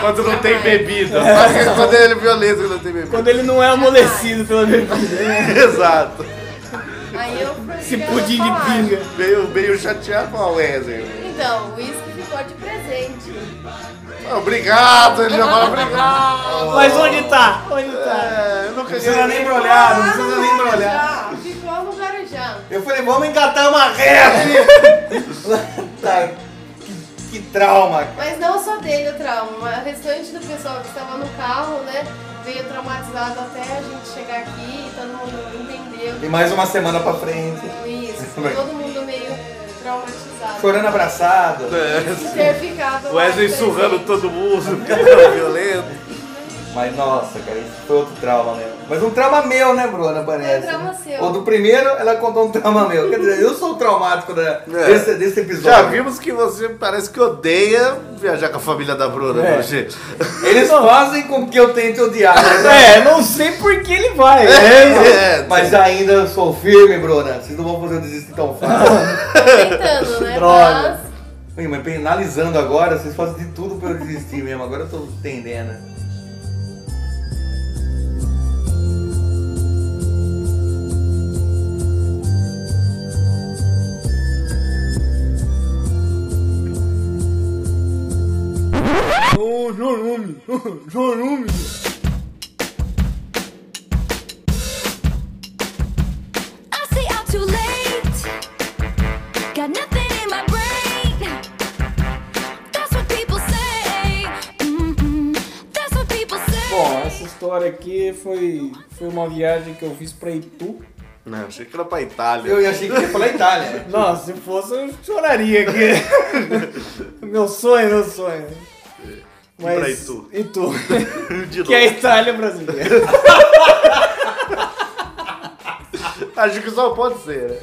Quando não tem jamais. bebida. Sabe que quando ele é violento, quando não tem bebida. Quando ele não é amolecido pela bebida, né? Exato. Aí eu fui Esse ficando pudim de falar. pinga. Meio, meio chateado com a Wesley. né? Então, o uísque ficou de presente. Ah, Obrigado, ele já fala obrigado. Mas onde tá? Onde tá? É, eu nunca Não precisa nem Ah, embrulhar, não precisa nem embrulhar. Ah, ficou no Guarujá. Eu falei, vamos engatar uma rap! tá, que, que trauma, cara. Mas não só dele o trauma, o restante do pessoal que estava no carro, né? Veio traumatizado até a gente chegar aqui e todo mundo entendeu. E mais uma semana pra frente. Isso, todo mundo meio traumatizado. Chorando abraçado. De ter ficado lá É, Wesley presente. surrando todo mundo, ficando violento. Mas nossa, cara, isso foi outro trauma mesmo. Mas um trauma meu, né, Bruna? Parece. Foi um trauma né? seu. Ou do primeiro, ela contou um trauma meu. Quer dizer, eu sou o traumático da, desse, desse episódio. É. Já vimos que você parece que odeia viajar com a família da Bruna, É. né, gente? Eles fazem com que eu tente odiar. né? É, não sei por que ele vai. É, Mas ainda eu sou firme, Bruna. Vocês não vão fazer eu desistir tão fácil. Tentando, né? Droga. Mas Ui, mas penalizando agora, vocês fazem de tudo pra eu desistir mesmo. Agora eu tô entendendo. I stay out too late. Got nothing in my brain. That's what people say. Mm-mm. That's what people say. Bom, essa história aqui foi, foi uma viagem que eu fiz pra Itu. Não, achei que era pra Itália. Eu achei que ia falar Itália. né? Nossa, se fosse eu choraria aqui. meu sonho, meu sonho. Mas, pra Itu? Itu. De que é a novo. Itália brasileira. Acho que só pode ser, né?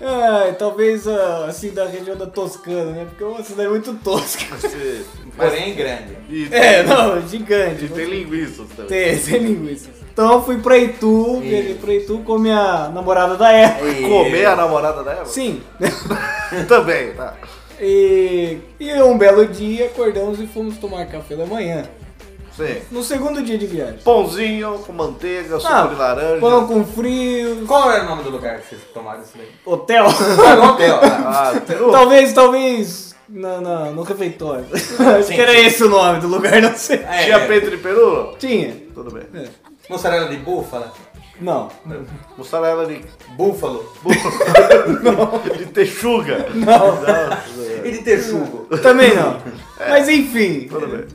Ai, talvez ah, assim da região da Toscana, né? Porque é uma cidade muito tosca. Você- Porém, grande. E, É, não, gigante. e tem linguiças também. Tem, sem linguiças. Então eu fui pra Itu, viajei pra Itu com minha namorada da época. Comer a namorada dela? Sim. Também, tá. E, e um belo dia acordamos e fomos tomar café da manhã. Sim. No segundo dia de viagem. Pãozinho com manteiga, suco de laranja. Ah, Pão com frio. Qual era o nome do lugar que vocês tomaram isso daí? Hotel. Ah, no hotel. Ah, Ah, tem- oh, talvez, talvez. Não, não, no refeitório. Acho que era esse o nome do lugar, não sei. é, Tinha é. peito de peru? Tinha? Tudo bem. Mussarela de búfala? Não. Mussarela de, Búfalo? de texuga. E de texugo? Também não. Mas enfim. É. Tudo bem.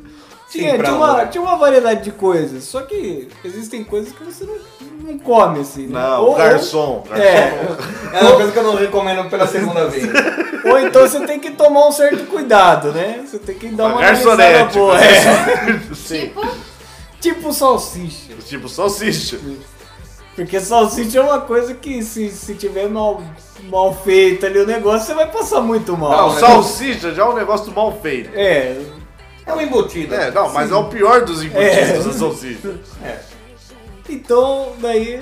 Tinha, pra tinha, um uma, lugar. tinha uma variedade de coisas. Só que existem coisas que você não, não come, assim. né? Não, Ou- ou- garçom. garçom. É. É uma coisa que eu não recomendo pela segunda vez. Ou então você tem que tomar um certo cuidado, né? Você tem que dar uma analisada Garçonete. boa. É. Sim. Tipo, Tipo salsicha. Tipo, salsicha. Porque salsicha é uma coisa que se, se tiver mal, mal feito ali o negócio, você vai passar muito mal. Não, né? Salsicha já é um negócio mal feito. É, É um embutido. É, não, mas é o pior dos embutidos da salsicha. É. então daí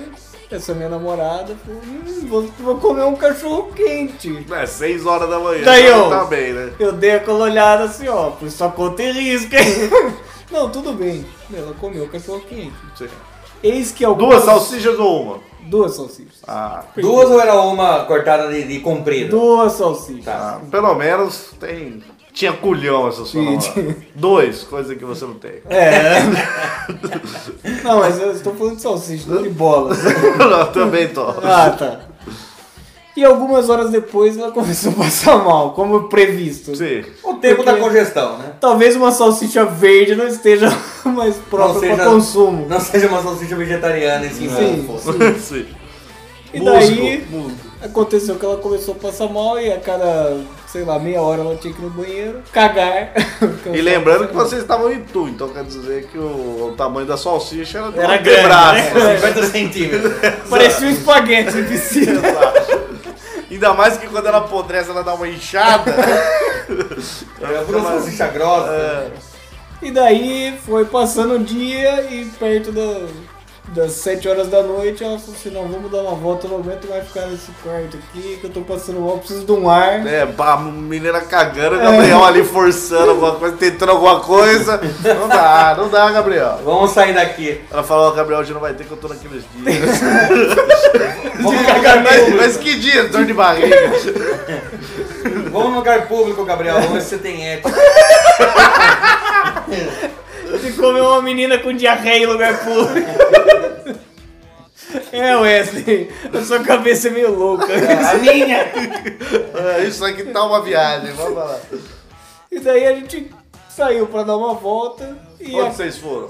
essa minha namorada falou, hum, vou, vou comer um cachorro quente. É, 6 horas da manhã. Daí então eu- Tá bem, né? Eu dei aquela olhada assim, ó, por sua conta e risco, hein? Não, tudo bem. Ela comeu o cachorro quente. Sim. Eis que algumas... Duas salsichas ou uma? Duas salsichas. Ah, Duas ou era uma cortada de, de comprida? Duas salsichas. Tá. pelo menos tem. Tinha culhão essa sua Tinha, namorada. Dois, coisa que você não tem. É. Não, mas eu estou falando de salsicha, não de bolas. não, também tô. Ah, tá. E algumas horas depois ela começou a passar mal, como previsto. Sim. O tempo Porque- da congestão, né? Talvez uma salsicha verde não esteja mais própria para consumo. não seja uma salsicha vegetariana esse Sim, info. sim. Sim. E daí aconteceu que ela começou a passar mal e a cada, sei lá, meia hora ela tinha que ir no banheiro, cagar. E lembrando que vocês estavam em tu, então quer dizer que o, o tamanho da salsicha era, de Era um grande, braço. né? 50 É, centímetros. tá- Parecia um espaguete em piscina. Ainda mais que quando ela apodrece, ela dá uma inchada. É uma salsicha grossa. E daí foi passando o dia e perto da, das 7 horas da noite, ela falou assim, não, vamos dar uma volta, eu não aguento mais ficar nesse quarto aqui, que eu tô passando mal, preciso de um ar. É, pá, mineira É. cagando, Gabriel ali forçando alguma coisa, tentando alguma coisa. Não dá, não dá, Gabriel. Vamos sair daqui. Ela falou, ó, Gabriel, hoje não vai ter que eu tô naqueles dias. Vamos no lugar mas, público. mas que dia? Dor de barriga. Vamos no lugar público, Gabriel. Vamos ver se você tem ética. De comer uma menina com diarreia em lugar público. É, Wesley, a sua cabeça é meio louca. A minha! É, Isso aqui tá uma viagem, vamos lá. E daí a gente saiu pra dar uma volta e Onde a... vocês foram?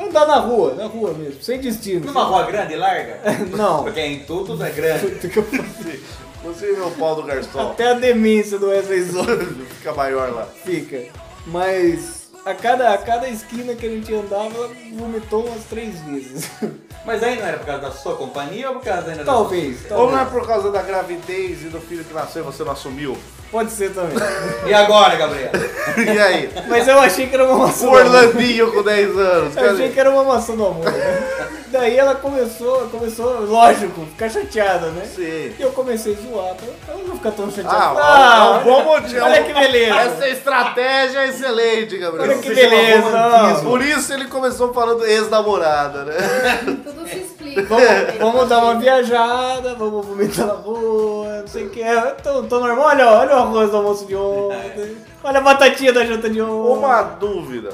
andar na rua, na rua mesmo, sem destino. Numa rua grande e larga? Não. Porque em tudo é grande. Puta que eu falei. Inclusive meu pau do garçom. Até a demência do Wesley Zona Fica maior lá. fica. Mas a cada, a cada esquina que a gente andava, ela vomitou umas três vezes. Mas aí não era por causa da sua companhia ou por causa ainda da Talvez, Ou não talvez. é por causa da gravidez e do filho que nasceu e você não assumiu? Pode ser também. E agora, Gabriel? E aí? Mas eu achei que era uma maçã. O do amor. Orlandinho com 10 anos. Eu achei Cadê? que era uma maçã do amor. né? Daí ela começou, começou, lógico, ficar chateada, né? Sim. E eu comecei a zoar, pra ela não ficar tão chateada. Ah, um bom motivo. Olha que beleza. Essa estratégia é excelente, Gabriel. Olha que beleza. ó. Por isso ele começou falando ex-namorada, né? Tudo se explica. Vamos, vamos dar uma viajada, vamos vomitar na rua, não sei o que. é. Tô, tô normal, olha, olha o arroz do almoço de ontem. Olha a batatinha da janta de ontem. Uma dúvida.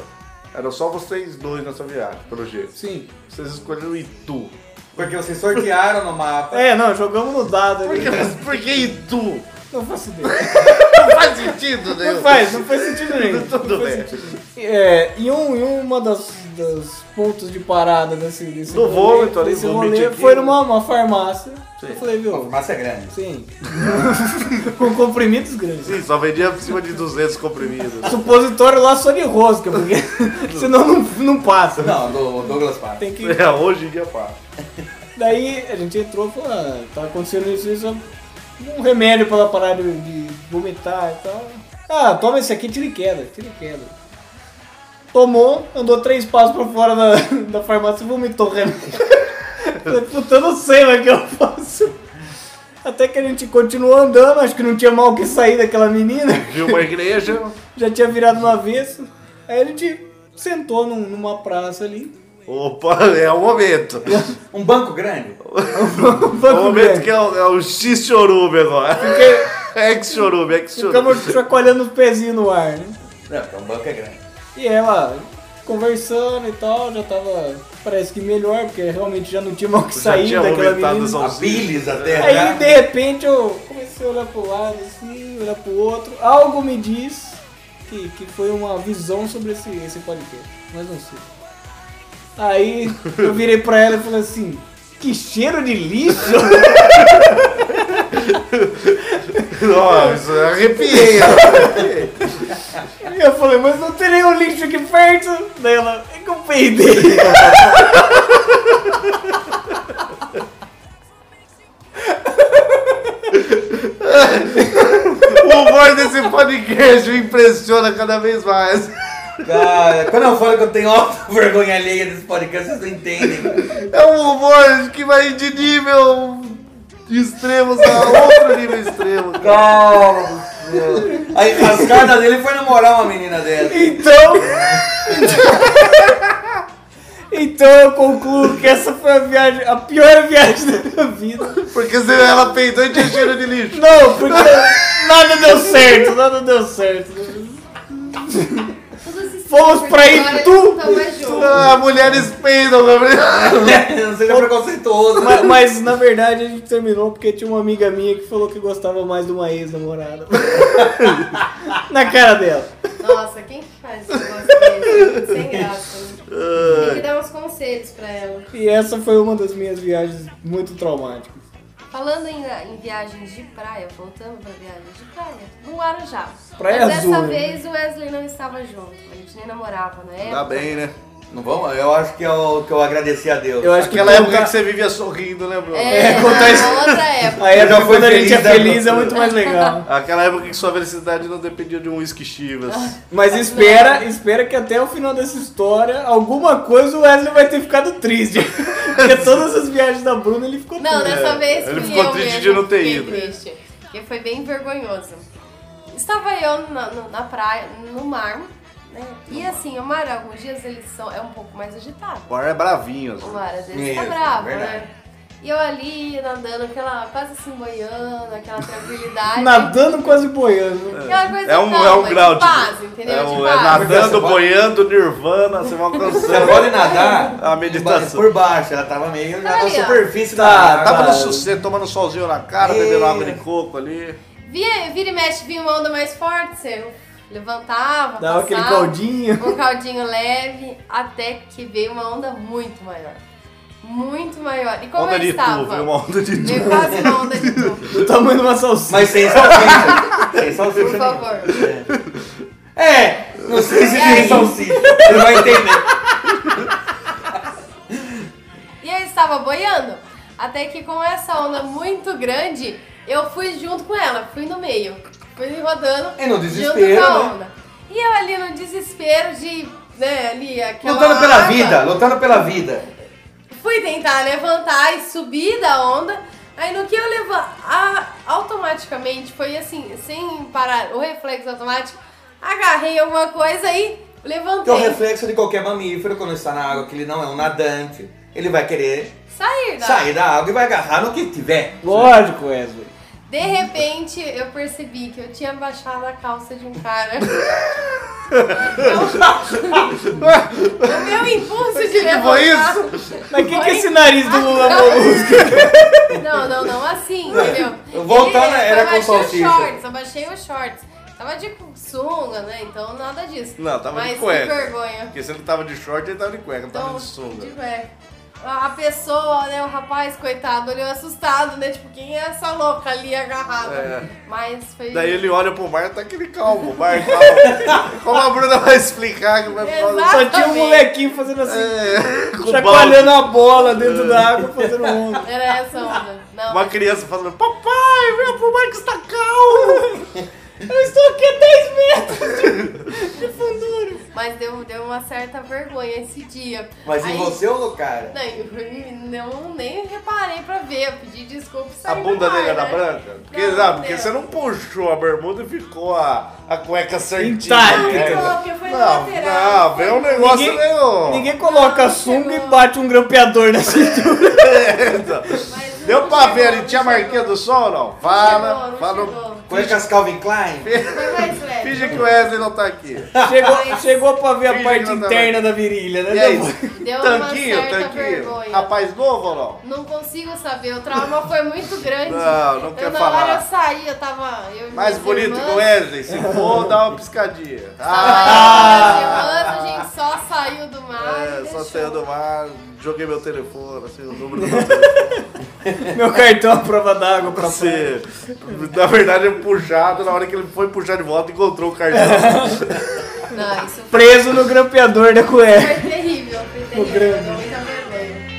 Era só vocês dois nessa viagem, pelo jeito. Sim. Vocês escolheram Itu. Porque vocês sortearam no mapa. É, não, jogamos no dado Por ali. que, por que Itu? Não faço ideia. Não faz sentido, né? Não faz, não faz sentido nenhum. Tudo bem. É, e, um, e uma das, das pontos de parada desse, desse Do vômito ali, desse vomite rolê aqui, foi né? numa uma farmácia. Eu falei, A viu, farmácia é grande. sim. Com comprimidos grandes. Sim, só vendia por cima de 200 comprimidos. Supositório lá só de rosca, porque senão não, não passa. Não, do Douglas Park. Tem que É, hoje em dia pá. Daí a gente entrou e falou, ah, tá acontecendo isso, isso, um remédio pra ela parar de, de vomitar e tal. Ah, toma esse aqui, tira e queda, tira e queda. Tomou, andou três passos pra fora da, da farmácia e vomitou o remédio. Falei, puta, eu não sei mais o que eu faço. Até que a gente continuou andando, acho que não tinha mal o que sair daquela menina, Viu uma igreja? já tinha virado no avesso. Aí a gente sentou num- numa praça ali. Opa, é o momento. Um banco grande? É o momento que é o, é o X chorume agora. Ex chorume, ex chorume. Ficamos chacoalhando os pezinhos no ar, né? Não, porque um banco é grande. Tá E ela conversando e tal, já tava, parece que melhor, porque realmente já não tinha mal que Já sair tinha daquela vomitado menina. os A alcinhos. Billis até. É Aí, de né? repente, eu comecei a olhar pro lado, assim, olhar pro outro. Algo me diz que, que foi uma visão sobre esse, esse podcast, mas não sei. Aí, eu virei pra ela e falei assim, que cheiro de lixo! Nossa, arrepiei. E eu falei, mas não tem nenhum lixo aqui perto. Daí ela, é que eu peidei. O humor desse podcast me impressiona cada vez mais. Cara, quando eu falo que eu tenho alta vergonha alheia desse podcast, vocês não entendem. cara. É um humor que vai de nível de extremos a outro nível extremo. cara. Calma do céu. Aí, as cartas dele foi namorar uma menina dessa. Então. então eu concluo que essa foi a viagem, a pior viagem da minha vida. Porque se ela peidou e tinha cheiro de lixo. Não, porque nada deu certo, nada deu certo. Tudo se explica, Fomos pra agora Itu. não tá mais junto. Ah, mulheres peidam, Então, Gabriel. Não seja preconceituoso. né? Mas, mas, na verdade a gente terminou porque tinha uma amiga minha que falou que gostava mais de uma ex-namorada. Na cara dela. Nossa, quem que faz isso com vocês? Sem graça. né? Tem que dar uns conselhos pra ela. E essa foi uma das minhas viagens muito traumáticas. Falando em, em viagens de praia, voltando pra viagens de praia, no Guarujá. Praia Mas azul, dessa né? vez o Wesley não estava junto, a gente nem namorava na época. Tá bem, né? Não vamos? Eu acho que é o que eu agradeci a Deus. Eu acho Aquela Então que contar- época tá. que você vivia sorrindo, né, Bruno? É, É, contar isso- na outra época. A já época foi quando a gente é feliz, né, feliz é professor? muito mais legal. Aquela época que sua felicidade não dependia de um uísque Chivas. Mas espera, espera que até o final dessa história, alguma coisa o Wesley vai ter ficado triste. Porque todas as viagens da Bruna ele ficou Não, triste. É. dessa vez É, ele fui ficou eu triste mesmo de não ter que ido. fiquei triste, porque foi bem vergonhoso. Estava eu na, no- na praia, no mar, né? E assim, o mar, alguns dias eles são, é um pouco mais agitado. O ar é bravinho, às O vezes. mar às vezes tá Mesmo, bravo, verdade. né? E eu ali, nadando, aquela, quase assim, boiando, aquela tranquilidade. Nadando quase boiando. Aquela coisa É um, calma, é um grau então, de de. paz, entendeu? É, de um, é paz. nadando, Você pode- boiando, nirvana, você vai Você alcançando. pode nadar A meditação. por baixo, ela tava meio na ali, ó. superfície Tá, da Tava água. no sossego, tomando solzinho na cara, Isso. bebendo água de coco ali. Via, vira e mexe, vinha uma onda mais forte, você levantava, Dava passava, aquele caldinho. um caldinho leve, até que veio uma onda muito maior. Muito maior. E como onda eu de estava? tu, viu? Uma onda de tu. Veio quase uma onda de tu, Do tamanho de uma salsicha. Mas sem salsicha. sem salsicha. por nenhuma. favor. É, não sei se E tem aí? salsicha. Você não vai entender. E eu estava boiando, até que com essa onda muito grande, eu fui junto com ela, fui no meio. Fui rodando E no junto desespero, com a né? onda. E eu ali no desespero de, né, ali, aquela Lutando pela água. vida, lutando pela vida. Fui tentar levantar e subir da onda. Aí no que eu levanto, automaticamente, foi assim, sem parar, o reflexo automático, agarrei alguma coisa e Que é o levantei. reflexo de qualquer mamífero quando está na água, que ele não é um nadante. Ele vai querer Sair da sair da água e vai agarrar no que tiver. Lógico, Wesley. De repente, eu percebi que eu tinha baixado a calça de um cara. o meu impulso de levantar... foi Mas o que, que foi- é esse nariz do Lula Ah, Molusco? Não, não, não assim, entendeu? Voltando, E era com Eu abaixei salsicha. os shorts, abaixei os shorts. Tava de sunga, né? Então nada disso. Não, tava de Mas cueca. que vergonha. Porque se ele tava de short, ele tava de cueca, não tava Então, de sunga. de cueca. A a pessoa, né, o rapaz, coitado, olhou assustado, né? Tipo, quem é essa louca ali agarrada? É. Mas foi. Daí ele olha pro mar, tá aquele calmo, o mar calmo. Como a Bruna vai explicar que vai falar. Exato. Só tinha um Também. molequinho fazendo assim, É, com balde. chacoalhando a bola dentro da água, fazendo um onda. Era essa onda. Não. Uma criança falando, papai, vem pro mar que está calmo. Eu estou aqui a 10 metros de, de fundura. Mas deu, deu uma certa vergonha esse dia. Mas Aí- em você ou no cara? Não, eu não, nem reparei pra ver. Eu pedi desculpa e A saí do bunda mar, dele era né? branca? Porque, Não, né? não, porque deu. você não puxou a bermuda e ficou a, a cueca certinha. Intacta. né? Não, porque foi Não, Então, lateral. né? não, veio um negócio Ninguém- meio... Ninguém coloca a sunga e bate um grampeador na cintura. Mas não Deu pra chegou, ver ali, não tinha chegou. marquinha do sol ou não? Não Fala, chegou, não fala. chegou. Cuecas Calvin Klein? Foi mais leve. Finge que o Wesley não tá aqui. Chegou, chegou pra ver a Finge parte que não tá interna da virilha, né? E é meu aí? amor? Deu uma tanquinho, certa tanquinho. vergonha. Rapaz novo ou não? Não consigo saber, o trauma foi muito grande. Não, não Eu, quer na falar. hora eu saí, eu tava. Eu e Mais minhas bonito irmãs, que o Wesley, se for, dá uma piscadinha. Ah! Irmãs, a Ah. gente só saiu do mar. É, e só deixou. saiu do mar, joguei meu telefone, assim, o número do meu telefone. Meu cartão à prova d'água pra você. Assim, na verdade, é puxado, na hora que ele foi puxar de volta, encontrou o cartão. Não, isso foi Preso no grampeador da cueca. foi terrível, foi terrível. grande. Deu muita vergonha.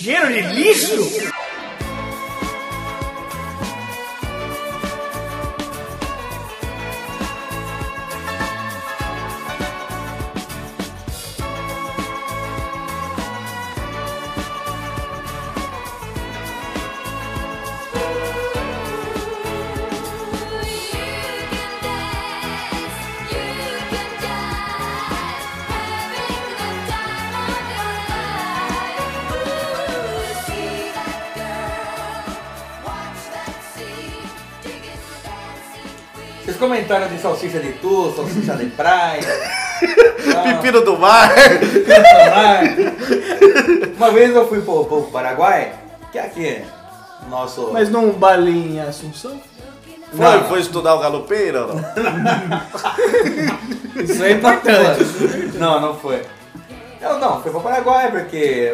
Cheiro de lixo? Vocês comentaram de salsicha de tu, salsicha de praia. Pepino do mar. Bolsonaro. Uma vez eu fui pro, pro Paraguai, que é aqui, nosso. Mas não balinha Assunção? Foi, Não. foi estudar o galopeira ou não? Isso é importante. Não, não foi. Não, não, foi pra Paraguai, porque.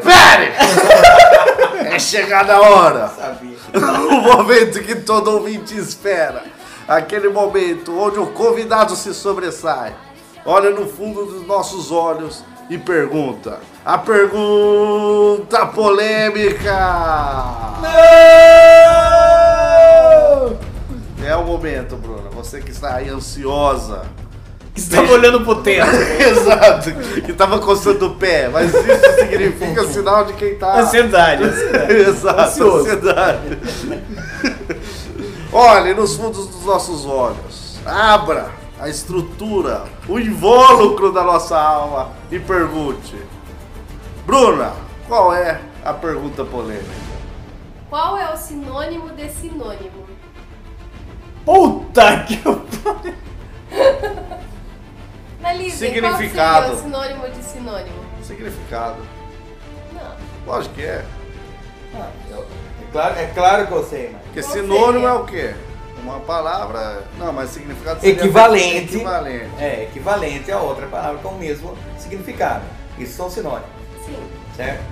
É chegada a hora! Sabia. o momento que todo ouvinte espera. Aquele momento onde o convidado se sobressai, olha no fundo dos nossos olhos e pergunta. A pergunta polêmica! É o momento, Bruna. Você que está aí ansiosa. Estamos tá olhando pro teto. Exato. Que tava coçando o pé. Mas isso significa sinal de quem tá... Ansiedade. Exato, Ansioso. ansiedade. Olhe nos fundos dos nossos olhos. Abra a estrutura, o invólucro da nossa alma e pergunte: Bruna, qual é a pergunta polêmica? Qual é o sinônimo de sinônimo? Puta que eu. Na Lívia, Significado. qual seria é o sinônimo de sinônimo? Significado. Não. Lógico que é. Ah, eu- É claro, é claro que eu sei, mas. Porque Qual sinônimo seria? é o quê? Uma palavra. Não, mas significado seria Equivalente. Equivalente. É, equivalente a outra palavra com o mesmo significado. Isso são sinônimos, Sim. certo?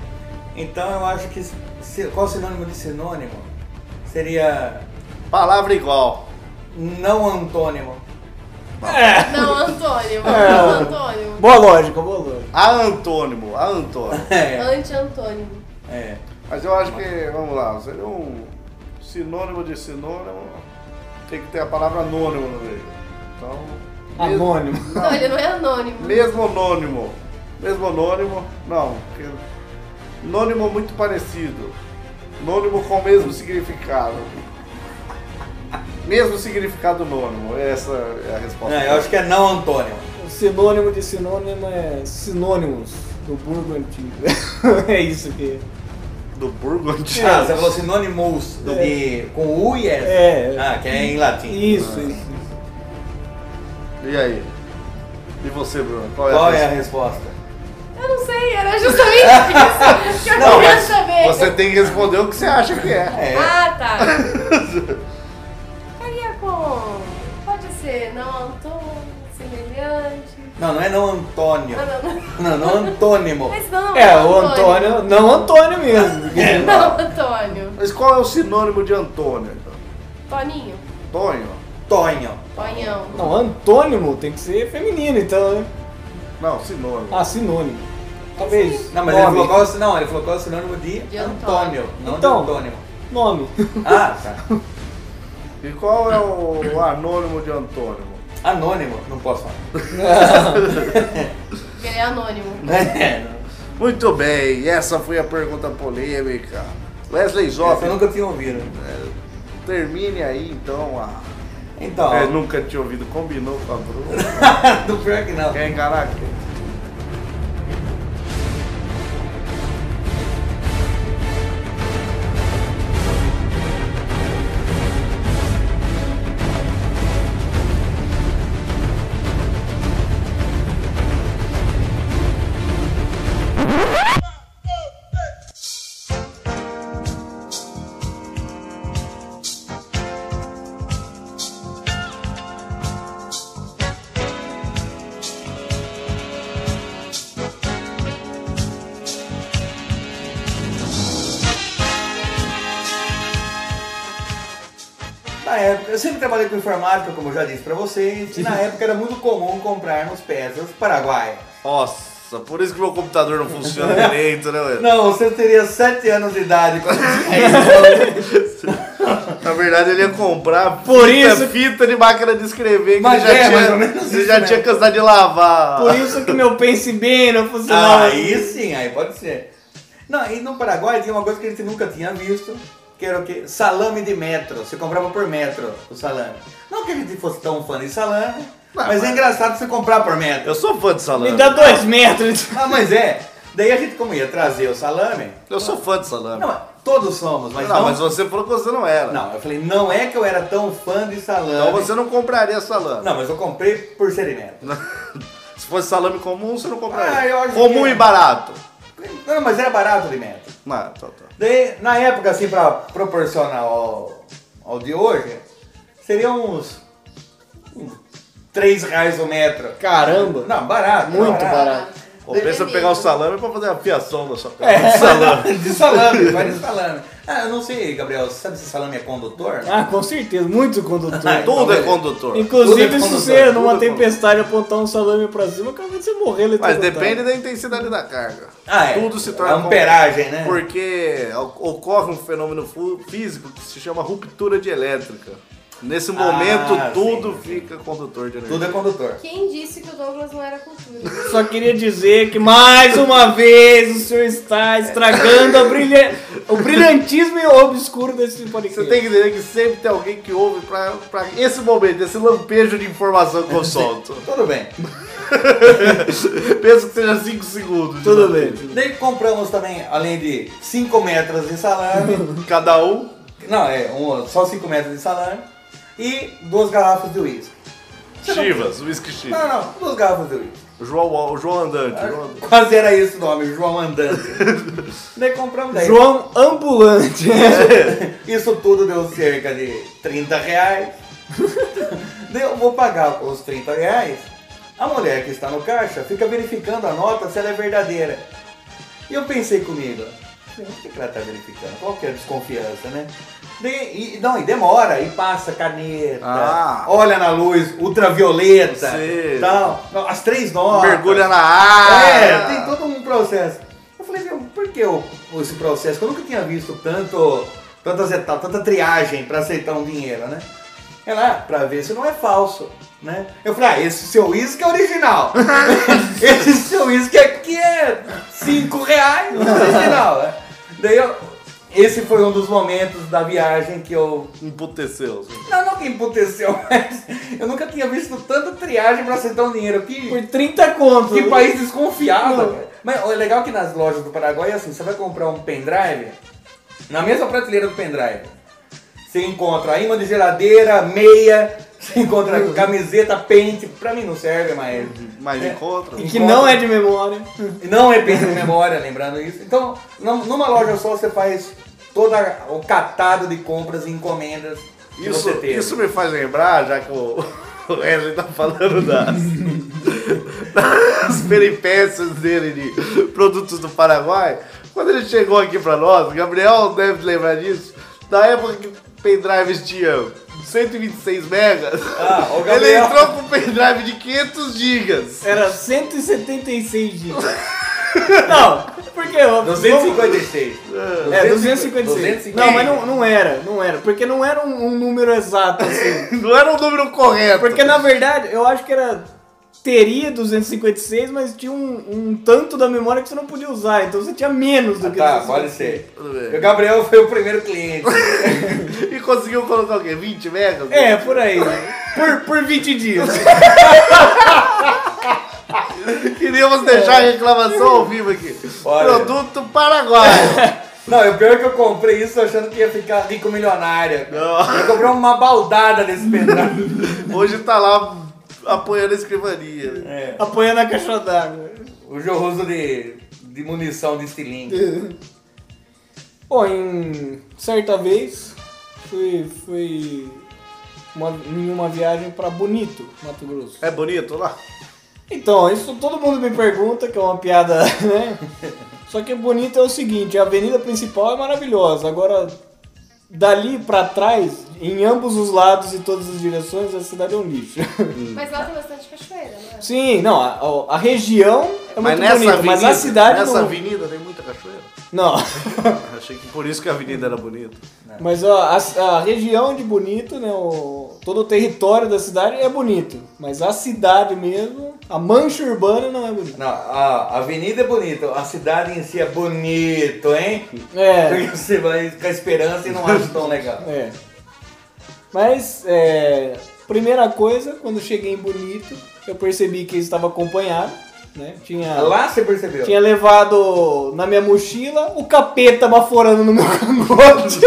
Então eu acho que. se- Qual o sinônimo de sinônimo? Seria. Palavra igual. Não antônimo. Não, Antônio. É, Não, Antônio. Boa lógica, boa lógica. A antônimo, a antônimo. É. Anti-Antônimo. é. Mas eu acho que, vamos lá, seria um sinônimo de sinônimo, tem que ter a palavra anônimo no meio. Então, mesmo, Anônimo. Não, ele não é anônimo. mesmo anônimo, mesmo anônimo, não, porque anônimo é muito parecido, anônimo com o mesmo significado. Mesmo significado anônimo, essa é a resposta. Não, eu acho que é não antônimo. O sinônimo de sinônimo é sinônimos do burgo antigo. é isso que Do Burgo Antigo. Ah, você falou sinônimos do de, com U e S. É. Ah, que é em latim. Isso, isso. E aí? E você, Bruno? Qual é Qual a é a resposta? resposta? Eu não sei, era justamente isso que eu Não, queria mas saber. Você tem que responder o que você acha que é. É. Ah, tá. Ficaria com... Pode ser não Antônio, semelhante... Não, não é não Antônio. Ah, não, Não, não. não antônimo. Mas Ah. não, É, o Antônio. Não Antônio mesmo. É. porque- Não, Antônio. Mas qual é o sinônimo de Antônio? então? Toninho. Tonho? Tonho. Tonhão. Não, antônimo tem que ser feminino, então, né? Não, sinônimo. Ah, sinônimo. Talvez. Não, mas ele nome. falou, qual, não, ele falou qual é o sinônimo de, De Antônio, Antônio. não Então. de antônimo. Nome. Ah, tá. E qual é o, o anônimo de Antônimo? Anônimo, não posso falar. Ele é anônimo. É, Muito bem, essa foi a pergunta polêmica. Wesley Essa Jovem, eu nunca tinha ouvido. termine aí então a. Então, É, não... nunca tinha ouvido, combinou com a Bruna. do pior que não. Quer enganar quem? Na época, eu sempre trabalhei com informática, como eu já disse pra vocês, e na época era muito comum comprarmos peças paraguaias. Nossa, por isso que meu computador não funciona direito, né, Wesley? Não, você teria 7 anos de idade quando Na verdade, ele ia comprar Por fita, isso- fita de máquina de escrever que Mas ele já é, mais ou tinha, menos ele isso já mesmo. tinha cansado de lavar. Por isso que meu pense bem não funcionava. Aí sim, aí pode ser. Não, e no Paraguai tinha uma coisa que a gente nunca tinha visto, que era o quê? Salame de metro. Você comprava por metro o salame. Não que a gente fosse tão fã de salame, mas, é engraçado você comprar por metro. Eu sou fã de salame. Me dá dois metros. Ah, mas é. Daí a gente, como ia trazer o salame... Eu sou fã de salame. Não, todos somos, mas não, não... mas você falou que você não era. Não, eu falei, não é que eu era tão fã de salame. Então você não compraria salame. Não, mas eu comprei por ser de metro. Se fosse salame comum, você não compraria. Ah, eu acho comum que- e barato. Não, mas era barato de metro. Não, tá, tá. Daí, na época, assim, pra proporcionar ao, ao de hoje, você Seria uns. uns 3 reais o metro. Caramba! Não, barato. muito Ah, barato. Compensa pegar o salame pra fazer uma fiação na sua casa. É. de salame, vai de salame. Ah, eu não sei, Gabriel, você sabe se salame é condutor? Ah, com certeza, muito condutor. Tudo é condutor. Tudo Inclusive, é se condutor, você numa tudo é tempestade apontar um salame pra cima, acaba de você morrer é Mas eletrocutado. depende da intensidade da carga. é Ah, é. Tudo se torna. A amperagem, né? Porque o- ocorre um fenômeno fu- físico que se chama ruptura de elétrica. Nesse momento, sim, tudo Ah, sim. fica condutor de energia. Tudo é condutor. Quem disse que o Douglas não era cultura? Só queria dizer que mais uma vez o senhor está estragando a brilha- o brilhantismo e o obscuro desse podcast. Você tem que entender que sempre tem alguém que ouve pra, pra esse momento, esse lampejo de informação que eu solto. Tudo bem. Penso que seja 5 segundos. né? de Tudo lampejo. bem. Daí compramos também, além de 5 metros de salame. Cada um. não, é um, só 5 metros de salame. E duas garrafas de uísque. Chivas, whisky Chivas. Não, não, duas garrafas de uísque. João, o João É. Andante. João Andante. Quase era esse o nome, João Andante. Daí compramos daí. João Ambulante. É. Isso tudo deu cerca de 30 reais. Daí eu vou pagar os 30 reais. A mulher que está no caixa fica verificando a nota se ela é verdadeira. E eu pensei comigo, "Meu, por que que ela está verificando? Qual que é a desconfiança, né? Daí- e, não, e demora, e passa caneta, Ah. olha na luz, ultravioleta, Sim. Um tal. Não, as três notas. Mergulha na água. É, tem todo um processo. Eu falei, meu, por que eu- esse processo? Que Eu nunca tinha visto tanto, tantas etapas, tanta triagem pra aceitar um dinheiro, né? Ela, ah, pra ver se não é falso, né? Eu falei, ah, esse seu uísque é original. esse seu uísque aqui é 5 reais original, né? Daí eu, esse foi um dos momentos da viagem que eu Emputeceu. não, não que emputeceu, mas eu nunca tinha visto tanta triagem pra aceitar um dinheiro. Por Que, 30 conto. que país desconfiado. Não. cara. Mas o legal é que nas lojas do Paraguai é assim, você vai comprar um pendrive, na mesma prateleira do pendrive, você encontra imã de geladeira, meia, você encontra camiseta, pente, pra mim não serve, mas... Mas É. encontra. E que não é de memória. Não é pente de memória, lembrando isso. Então, num- numa loja só você faz todo o catado de compras e encomendas que Isso, você teve. isso me faz lembrar, já que o o Wesley tá falando das, das peripécias dele de produtos do Paraguai. Quando ele chegou aqui pra nós, o Gabriel deve lembrar disso, da época que pendrives tinha 126 megas, Ah, o ele Gabriel- entrou com um pendrive de 500 gigas. Era 176 gigas. Não, porque... eu- 256. É, 256. Não, mas não, não era, não era. Porque não era um, um número exato, assim. Não era o número correto. Porque na verdade, eu acho que era. Teria 256, mas tinha um, um tanto da memória que você não podia usar, então você tinha menos do que Tá, 256. pode ser. Tudo bem. O Gabriel foi o primeiro cliente. E conseguiu colocar o quê? 20 megas? É, por aí. Por, por 20 dias. Queríamos deixar a reclamação ao vivo aqui. É. Olha. Produto Paraguai. Não, e o pior é que eu comprei isso achando que ia ficar rico milionária. Não. Eu comprei uma baldada nesse pedaço. Hoje tá lá apoiando a escrivania. É, Apoiando a caixa d'água. o jorroso de, de munição de estilingue. Bom, em certa vez, fui, fui uma, em uma viagem pra Bonito, Mato Grosso. É bonito lá? Então, isso todo mundo me pergunta, que é uma piada, né? Só que bonito é o seguinte, a avenida principal é maravilhosa, agora dali pra trás, em ambos os lados e todas as direções, a cidade é um lixo. Mas lá tem bastante cachoeira, não é? Sim, não, a, a- a região é muito mas nessa bonita, avenida, mas a cidade nessa não. avenida tem muita cachoeira. Não. Achei que por isso que a avenida era bonita. Mas ó, a, a região de Bonito, né, o- todo o território da cidade é bonito, mas a cidade mesmo, a mancha urbana não é bonita. Não, a avenida é bonita, a cidade em si é bonito, hein? É. Porque você vai com a esperança e não acha tão legal. É. Mas, é, primeira coisa, quando cheguei em Bonito, eu percebi que estava acompanhado, né? Tinha, É Lá você percebeu. tinha levado na minha mochila o capeta baforando no meu cangote.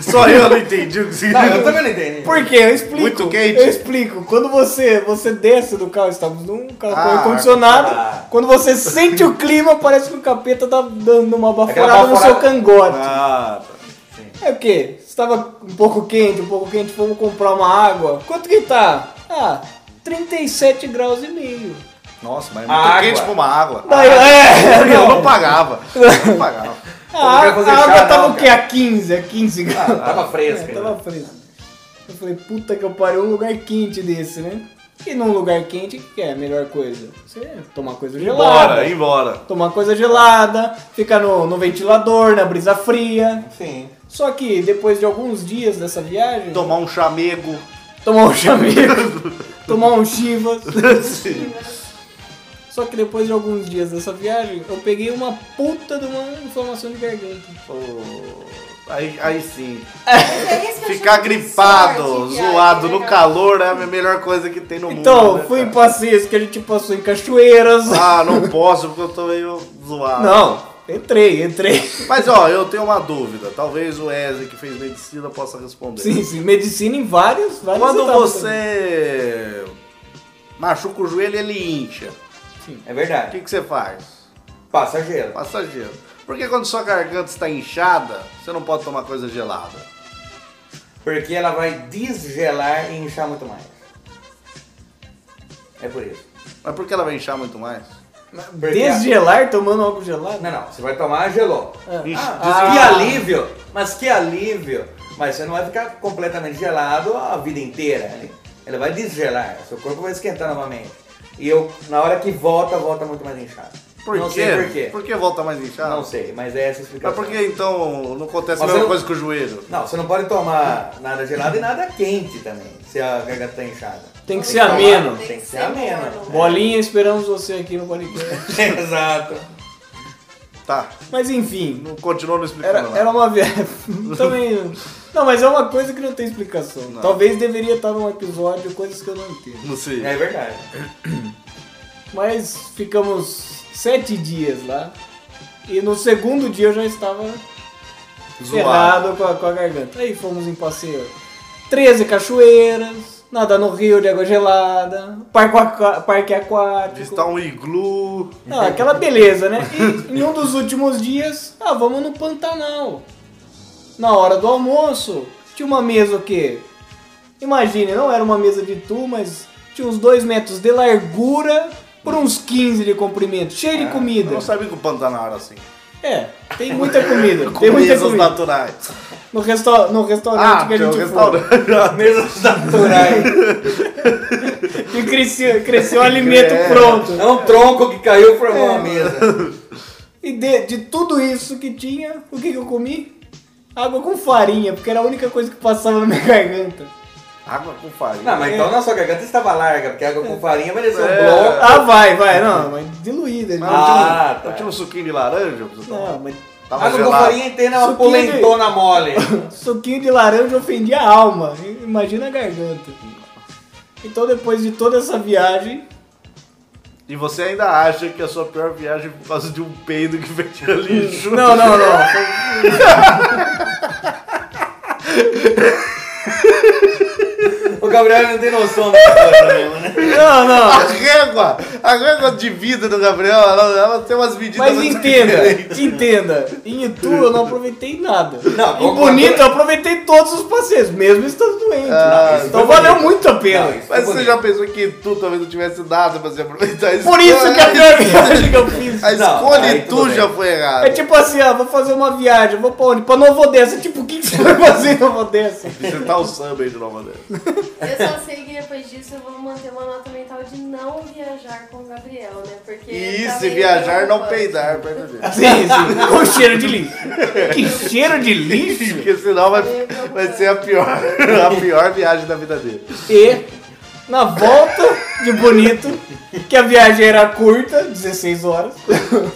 Só eu não entendi Não, o que eu significa. também não entendi. Por quê? Eu explico. Muito quente. Eu explico. Quando você, você desce do carro, estamos num carro Ah, com ar-condicionado, ah. quando você sente o clima, parece que o capeta tá dando uma Aquela baforada no seu baforada. cangote. Ah, tá. É o quê? Você Tava um pouco quente, um pouco quente, fomos comprar uma água. Quanto que tá? Ah, 37 graus e meio. Nossa, mas é A muito água. quente pra uma água. Ah, Daí, é, Eu não. não pagava. Eu não pagava. A, quero fazer a chá, água não, tava o cara. quê? A 15, a 15 graus. Ah, tava fresca. É, né? tava fresca. Eu falei, puta que eu parei um lugar quente desse, né? E num lugar quente, o que que é a melhor coisa? Você tomar coisa gelada. Bora, embora. Tomar coisa gelada, ficar no, no ventilador, na brisa fria. Sim. Só que depois de alguns dias dessa viagem, Tomar um chamego. tomar um chamego, tomar um chivas. Só que depois de alguns dias dessa viagem, eu peguei uma puta de uma inflamação de garganta. Pô, aí, aí sim. É isso que eu Ficar chamo de gripado, sorte, viagem, zoado no né, cara? calor é a melhor coisa que tem no mundo. Então, né, fui em cara? passeios que a gente passou em cachoeiras. Ah, não posso porque eu tô meio zoado. Não, entrei, entrei. Mas ó, eu tenho uma dúvida. Talvez o Wesley que fez medicina possa responder. Sim, sim, medicina em vários, vários Quando tá você machuca o joelho, ele incha. É O verdade. que, que você faz? Passageiro. Passageiro. Porque quando sua garganta está inchada, você não pode tomar coisa gelada. Porque ela vai desgelar e inchar muito mais. É por isso. Mas por que ela vai inchar muito mais? é Porque Desgelar tomando álcool gelado? Não, não. Você vai tomar, gelou. Ixi, Ah, que alívio! Mas que alívio! Mas você não vai ficar completamente gelado a vida inteira. Né? Ela vai desgelar, seu corpo vai esquentar novamente. E eu, na hora que volta, volta muito mais inchado. Por não quê? sei por quê. Por que volta mais inchada? Não sei, mas é essa a explicação. Mas por que então não acontece a Mas mesma eu- coisa com o joelho? Não, você não pode tomar nada gelado e nada quente também, se a garganta tá inchada. Tem que ser ameno. Tem que ser ameno. né? Bolinha, esperamos você aqui no podcast. Exato. Tá, Mas enfim, não continua não era, explicando. nada. era uma viagem. Também. Não, mas é uma coisa que não tem explicação. Talvez deveria estar num episódio, coisas que eu não entendo. Não sei. É verdade. Mas ficamos sete dias lá. E no segundo dia eu já estava Zoado. ferrado com a, com a garganta. Aí fomos em passeio. 13 cachoeiras, nadar no rio de água gelada, parque, aqua- parque aquático. Está um iglu. Ah, aquela beleza, né? E em um dos últimos dias, ah, vamos no Pantanal. Na hora do almoço, tinha uma mesa o quê? Imagine, não era uma mesa de tu, mas tinha uns 2 metros de largura por uns 15 de comprimento, cheio de Eu comida. não sabia que o Pantanal era assim. É, tem muita comida, tem muita Comidas comida. naturais. No, resta no restaurante Ah, que a tem um gente foi. restaurante. Mesas naturais. Que cresceu, cresceu alimento É. pronto. É um tronco que caiu e formou É. uma mesa. E de, de tudo isso que tinha, o que, que eu comi? Água com farinha, porque era a única coisa que passava na minha garganta. Água com farinha. Não, mas então na sua garganta estava larga, porque a água com farinha vai descer um É. bloco. Ah, vai, vai, não, mas diluída. Mas né? não tinha um- Ah, tá. não tinha um suquinho de laranja pra você tomar? Não, mas Tava água com gelado. farinha inteira é uma Suquinho de- polentona mole. suquinho de laranja ofendia a alma, imagina a garganta. Então depois de toda essa viagem, E você ainda acha que a sua pior viagem é por causa de um peido que veio de lixo? Não, não, não. O Gabriel não tem noção dessa coisa mesmo, né? não, A não. régua! A régua de vida do Gabriel, ela, ela tem umas medidas... Mas muito entenda, diferentes. entenda, em Itu eu não aproveitei nada. Não, em vamos- Bonito eu aproveitei todos os passeios, mesmo estando doente. isso então foi valeu bonito. muito a pena. Não, isso Mas foi você bonito. já pensou que tu talvez não tivesse nada pra se aproveitar isso? Por isso que a pior viagem que eu fiz. A Não, escolha aí em tudo tu bem. já foi errada. É tipo assim, ah, vou fazer uma viagem, vou pra onde? Pra Novo Odessa. Tipo, o que, que você vai fazer em Novo Odessa? Sentar o samba aí de Nova Odessa. Eu só sei que depois disso eu vou manter uma nota mental de não viajar com o Gabriel, né? Porque. E tá se meio viajar, não preocupante. peidar perto dele. Sim, sim. Com cheiro de lixo. Que cheiro de lixo? Porque senão vai, vai ser a pior, a pior viagem da vida dele. E, na volta de Bonito, que a viagem era curta, 16 horas, Sim,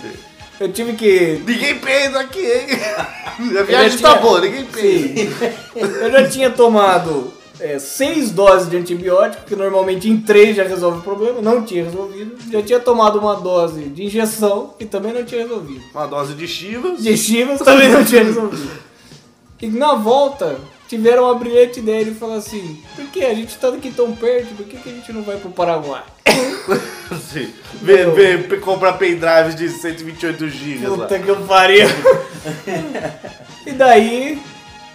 sim. eu tive que... Ninguém peida aqui, hein? A Eu já viagem tinha- tá boa, ninguém peida. Sim. Eu já tinha tomado é, seis doses de antibiótico, que normalmente em três já resolve o problema, não tinha resolvido. Já tinha tomado uma dose de injeção, que também não tinha resolvido. Uma dose de chivas. de Chivas também não tinha resolvido. tá E na volta, tiveram uma brilhante ideia de falar assim: por que a gente tá aqui tão perto, por que, que a gente não vai pro Paraguai? Sim. Vê, vê, pe- comprar pendrives de 128 GB lá. Puta que eu pariu! e daí,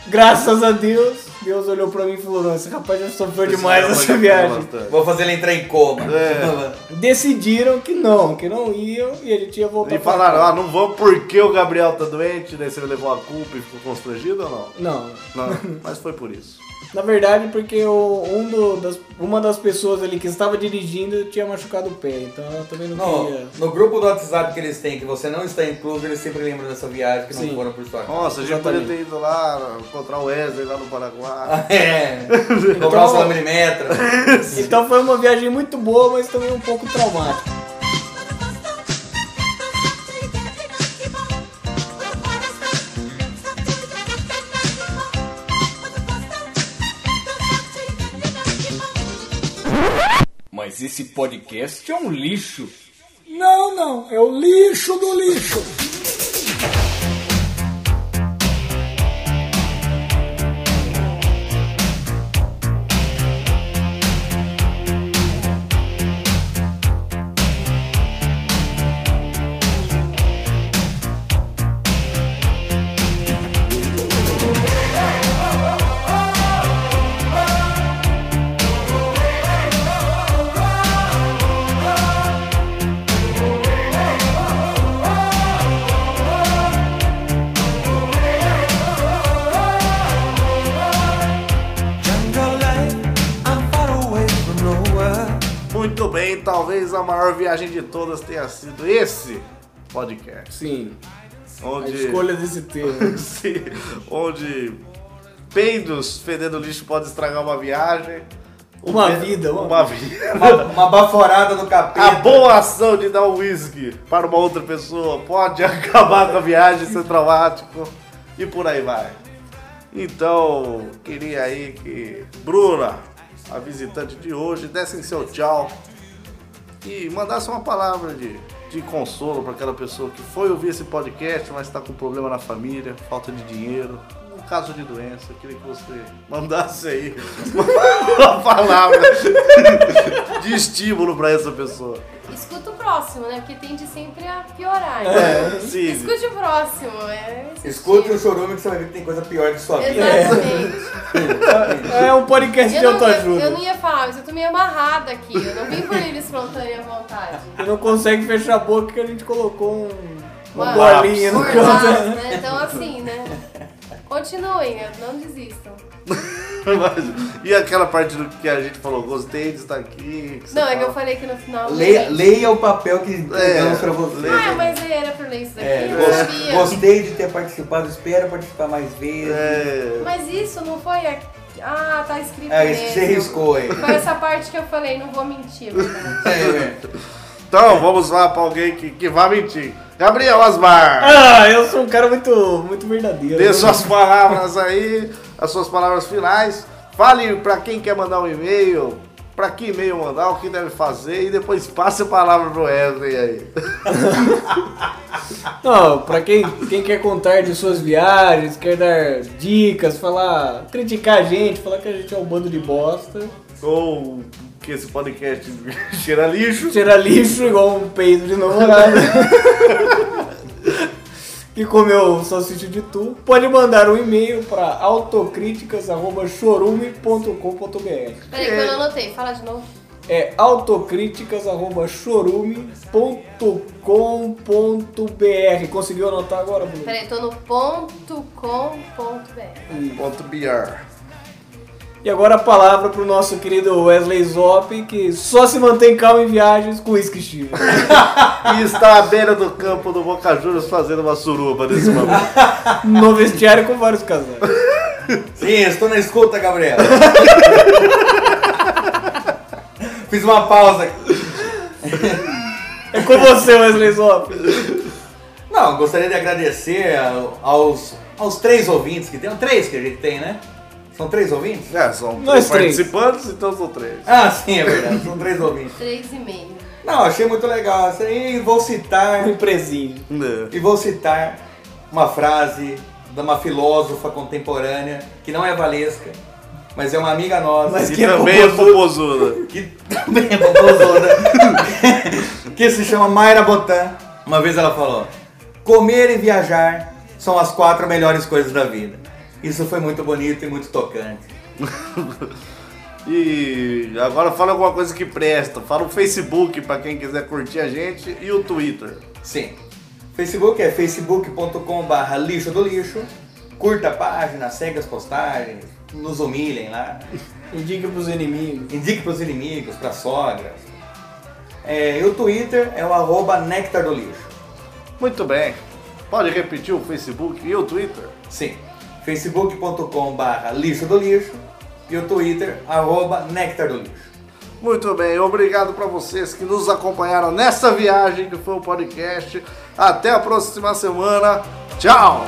Graças a Deus, Deus olhou pra mim e falou: Não, esse rapaz já sofreu demais cara é vai essa sofrer viagem. bastante. Vou fazer ele entrar em coma. É. Decidiram que não, que não iam e ele tinha voltado. E falaram, pra- ah, não vamos porque o Gabriel tá doente, daí você levou a culpa e ficou constrangido ou não? Não, Não, mas foi por isso. na verdade, porque o- um do- das- uma das pessoas ali que estava dirigindo tinha machucado o pé, então ela também não No, queria. no grupo do WhatsApp que eles têm, que você não está incluso, eles sempre lembram dessa viagem que não Sim. foram por sorte. Nossa, a gente Exatamente. poderia ter ido lá encontrar o Wesley lá no Paraguai. É. Comprar um salamilimetra. Então foi uma viagem muito boa, mas também um pouco traumática. Mas esse podcast é um lixo. Não, não, é o lixo do lixo. Jungle life, I'm far away from nowhere. Muito bem, talvez a maior viagem de todas tenha sido esse podcast. Sim, a Onde, escolha desse tema. Sim, onde peidos fedendo lixo pode estragar uma viagem. Uma Pe- vida, uma- uma vida. Uma, uma baforada do capeta. A boa ação de dar um whisky para uma outra pessoa pode acabar com a viagem, ser traumático e por aí vai. Então, queria aí que Bruna, a visitante de hoje, dessem seu tchau e mandasse uma palavra de, de consolo para aquela pessoa que foi ouvir esse podcast, mas está com problema na família, falta de dinheiro, um caso de doença. Eu queria que você mandasse aí uma palavra de estímulo para essa pessoa. Escuta o próximo, né? Porque tende sempre a piorar. né? É, sim. Escute o próximo. É esse Escute o tipo. um chorume que você vai ver que tem coisa pior que sua vida. Exatamente. É um podcast de Eu, não, eu, autoajuda. eu não ia falar, mas eu tô meio amarrada aqui. Eu não vim por livre e espontânea vontade. Você não consegue fechar a boca que a gente colocou um, uma Uma- bolinha no Mas, canto. né? Então assim, né? Continuem, né? não desistam. Mas- um. e aquela parte do que a gente falou, gostei de estar aqui. você Não, é que fala- eu falei que no final. Leia, leia o papel que É. entregamos pra você. Ah, mas aí era pra ler isso daqui, É, eu gos- sabia. Gostei de ter participado, espero participar mais vezes. É, Mas isso não foi. A... Ah, tá escrito. É, isso que você mesmo. riscou aí. Foi essa parte que eu falei, não vou mentir. É. verdade. Então, vamos lá pra alguém que, que vai mentir. Gabriel Asmar, Ah, eu sou um cara muito, muito verdadeiro. dê né? suas palavras aí, as suas palavras finais. Fale pra quem quer mandar um e-mail, pra que e-mail mandar, o que deve fazer e depois passe a palavra pro Wesley aí. Não, pra quem, quem quer contar de suas viagens, quer dar dicas, falar, criticar a gente, falar que a gente é um bando de bosta, Ou que esse podcast cheira lixo. tirar lixo igual um peido de namorado. que comeu salsicha de tu, pode mandar um e-mail pra autocríticas.chorume.com.br Peraí, que eu não anotei, fala de novo. é autocríticas.chorume.com.br. Conseguiu anotar agora, Bruno? Peraí, tô no ponto .com.br. Ponto BR. E agora a palavra pro nosso querido Wesley Zop, que só se mantém calmo em viagens com uísque Steve. E está à beira do campo do Boca Juniors fazendo uma suruba nesse momento. no vestiário com vários casais. Sim, estou na escuta, Gabriel. Fiz uma pausa. É com você, Wesley Zop. Não, gostaria de agradecer ao- aos, aos três ouvintes que tem. Três que a gente tem, né? São três ouvintes? É, são Nós três três. participantes, então são três. Ah, sim, é verdade. São três ouvintes. Três e meio. Não, achei muito legal. isso aí. E vou citar. Um presinho. Né. E vou citar uma frase de uma filósofa contemporânea, que não é valesca, mas é uma amiga nossa. Mas E que é também é popozuda. que também é bobozona, que se chama Mayra Botan. Uma vez ela falou: comer e viajar são as quatro melhores coisas da vida. Isso foi muito bonito e muito tocante. E agora fala alguma coisa que presta. Fala o Facebook pra quem quiser curtir a gente e o Twitter. Sim. Facebook é facebook.com.br lixo do lixo. Curta a página, segue as postagens, nos humilhem lá. Indica pros inimigos. Indique pros inimigos, pras sogras. É, e o Twitter é o arroba néctar do lixo. Muito bem. Pode repetir o Facebook e o Twitter? Sim. facebook.com.br lixo do lixo. E o Twitter, arroba néctar do lixo. Muito bem, obrigado para vocês que nos acompanharam nessa viagem que foi o podcast. Até a próxima semana. Tchau!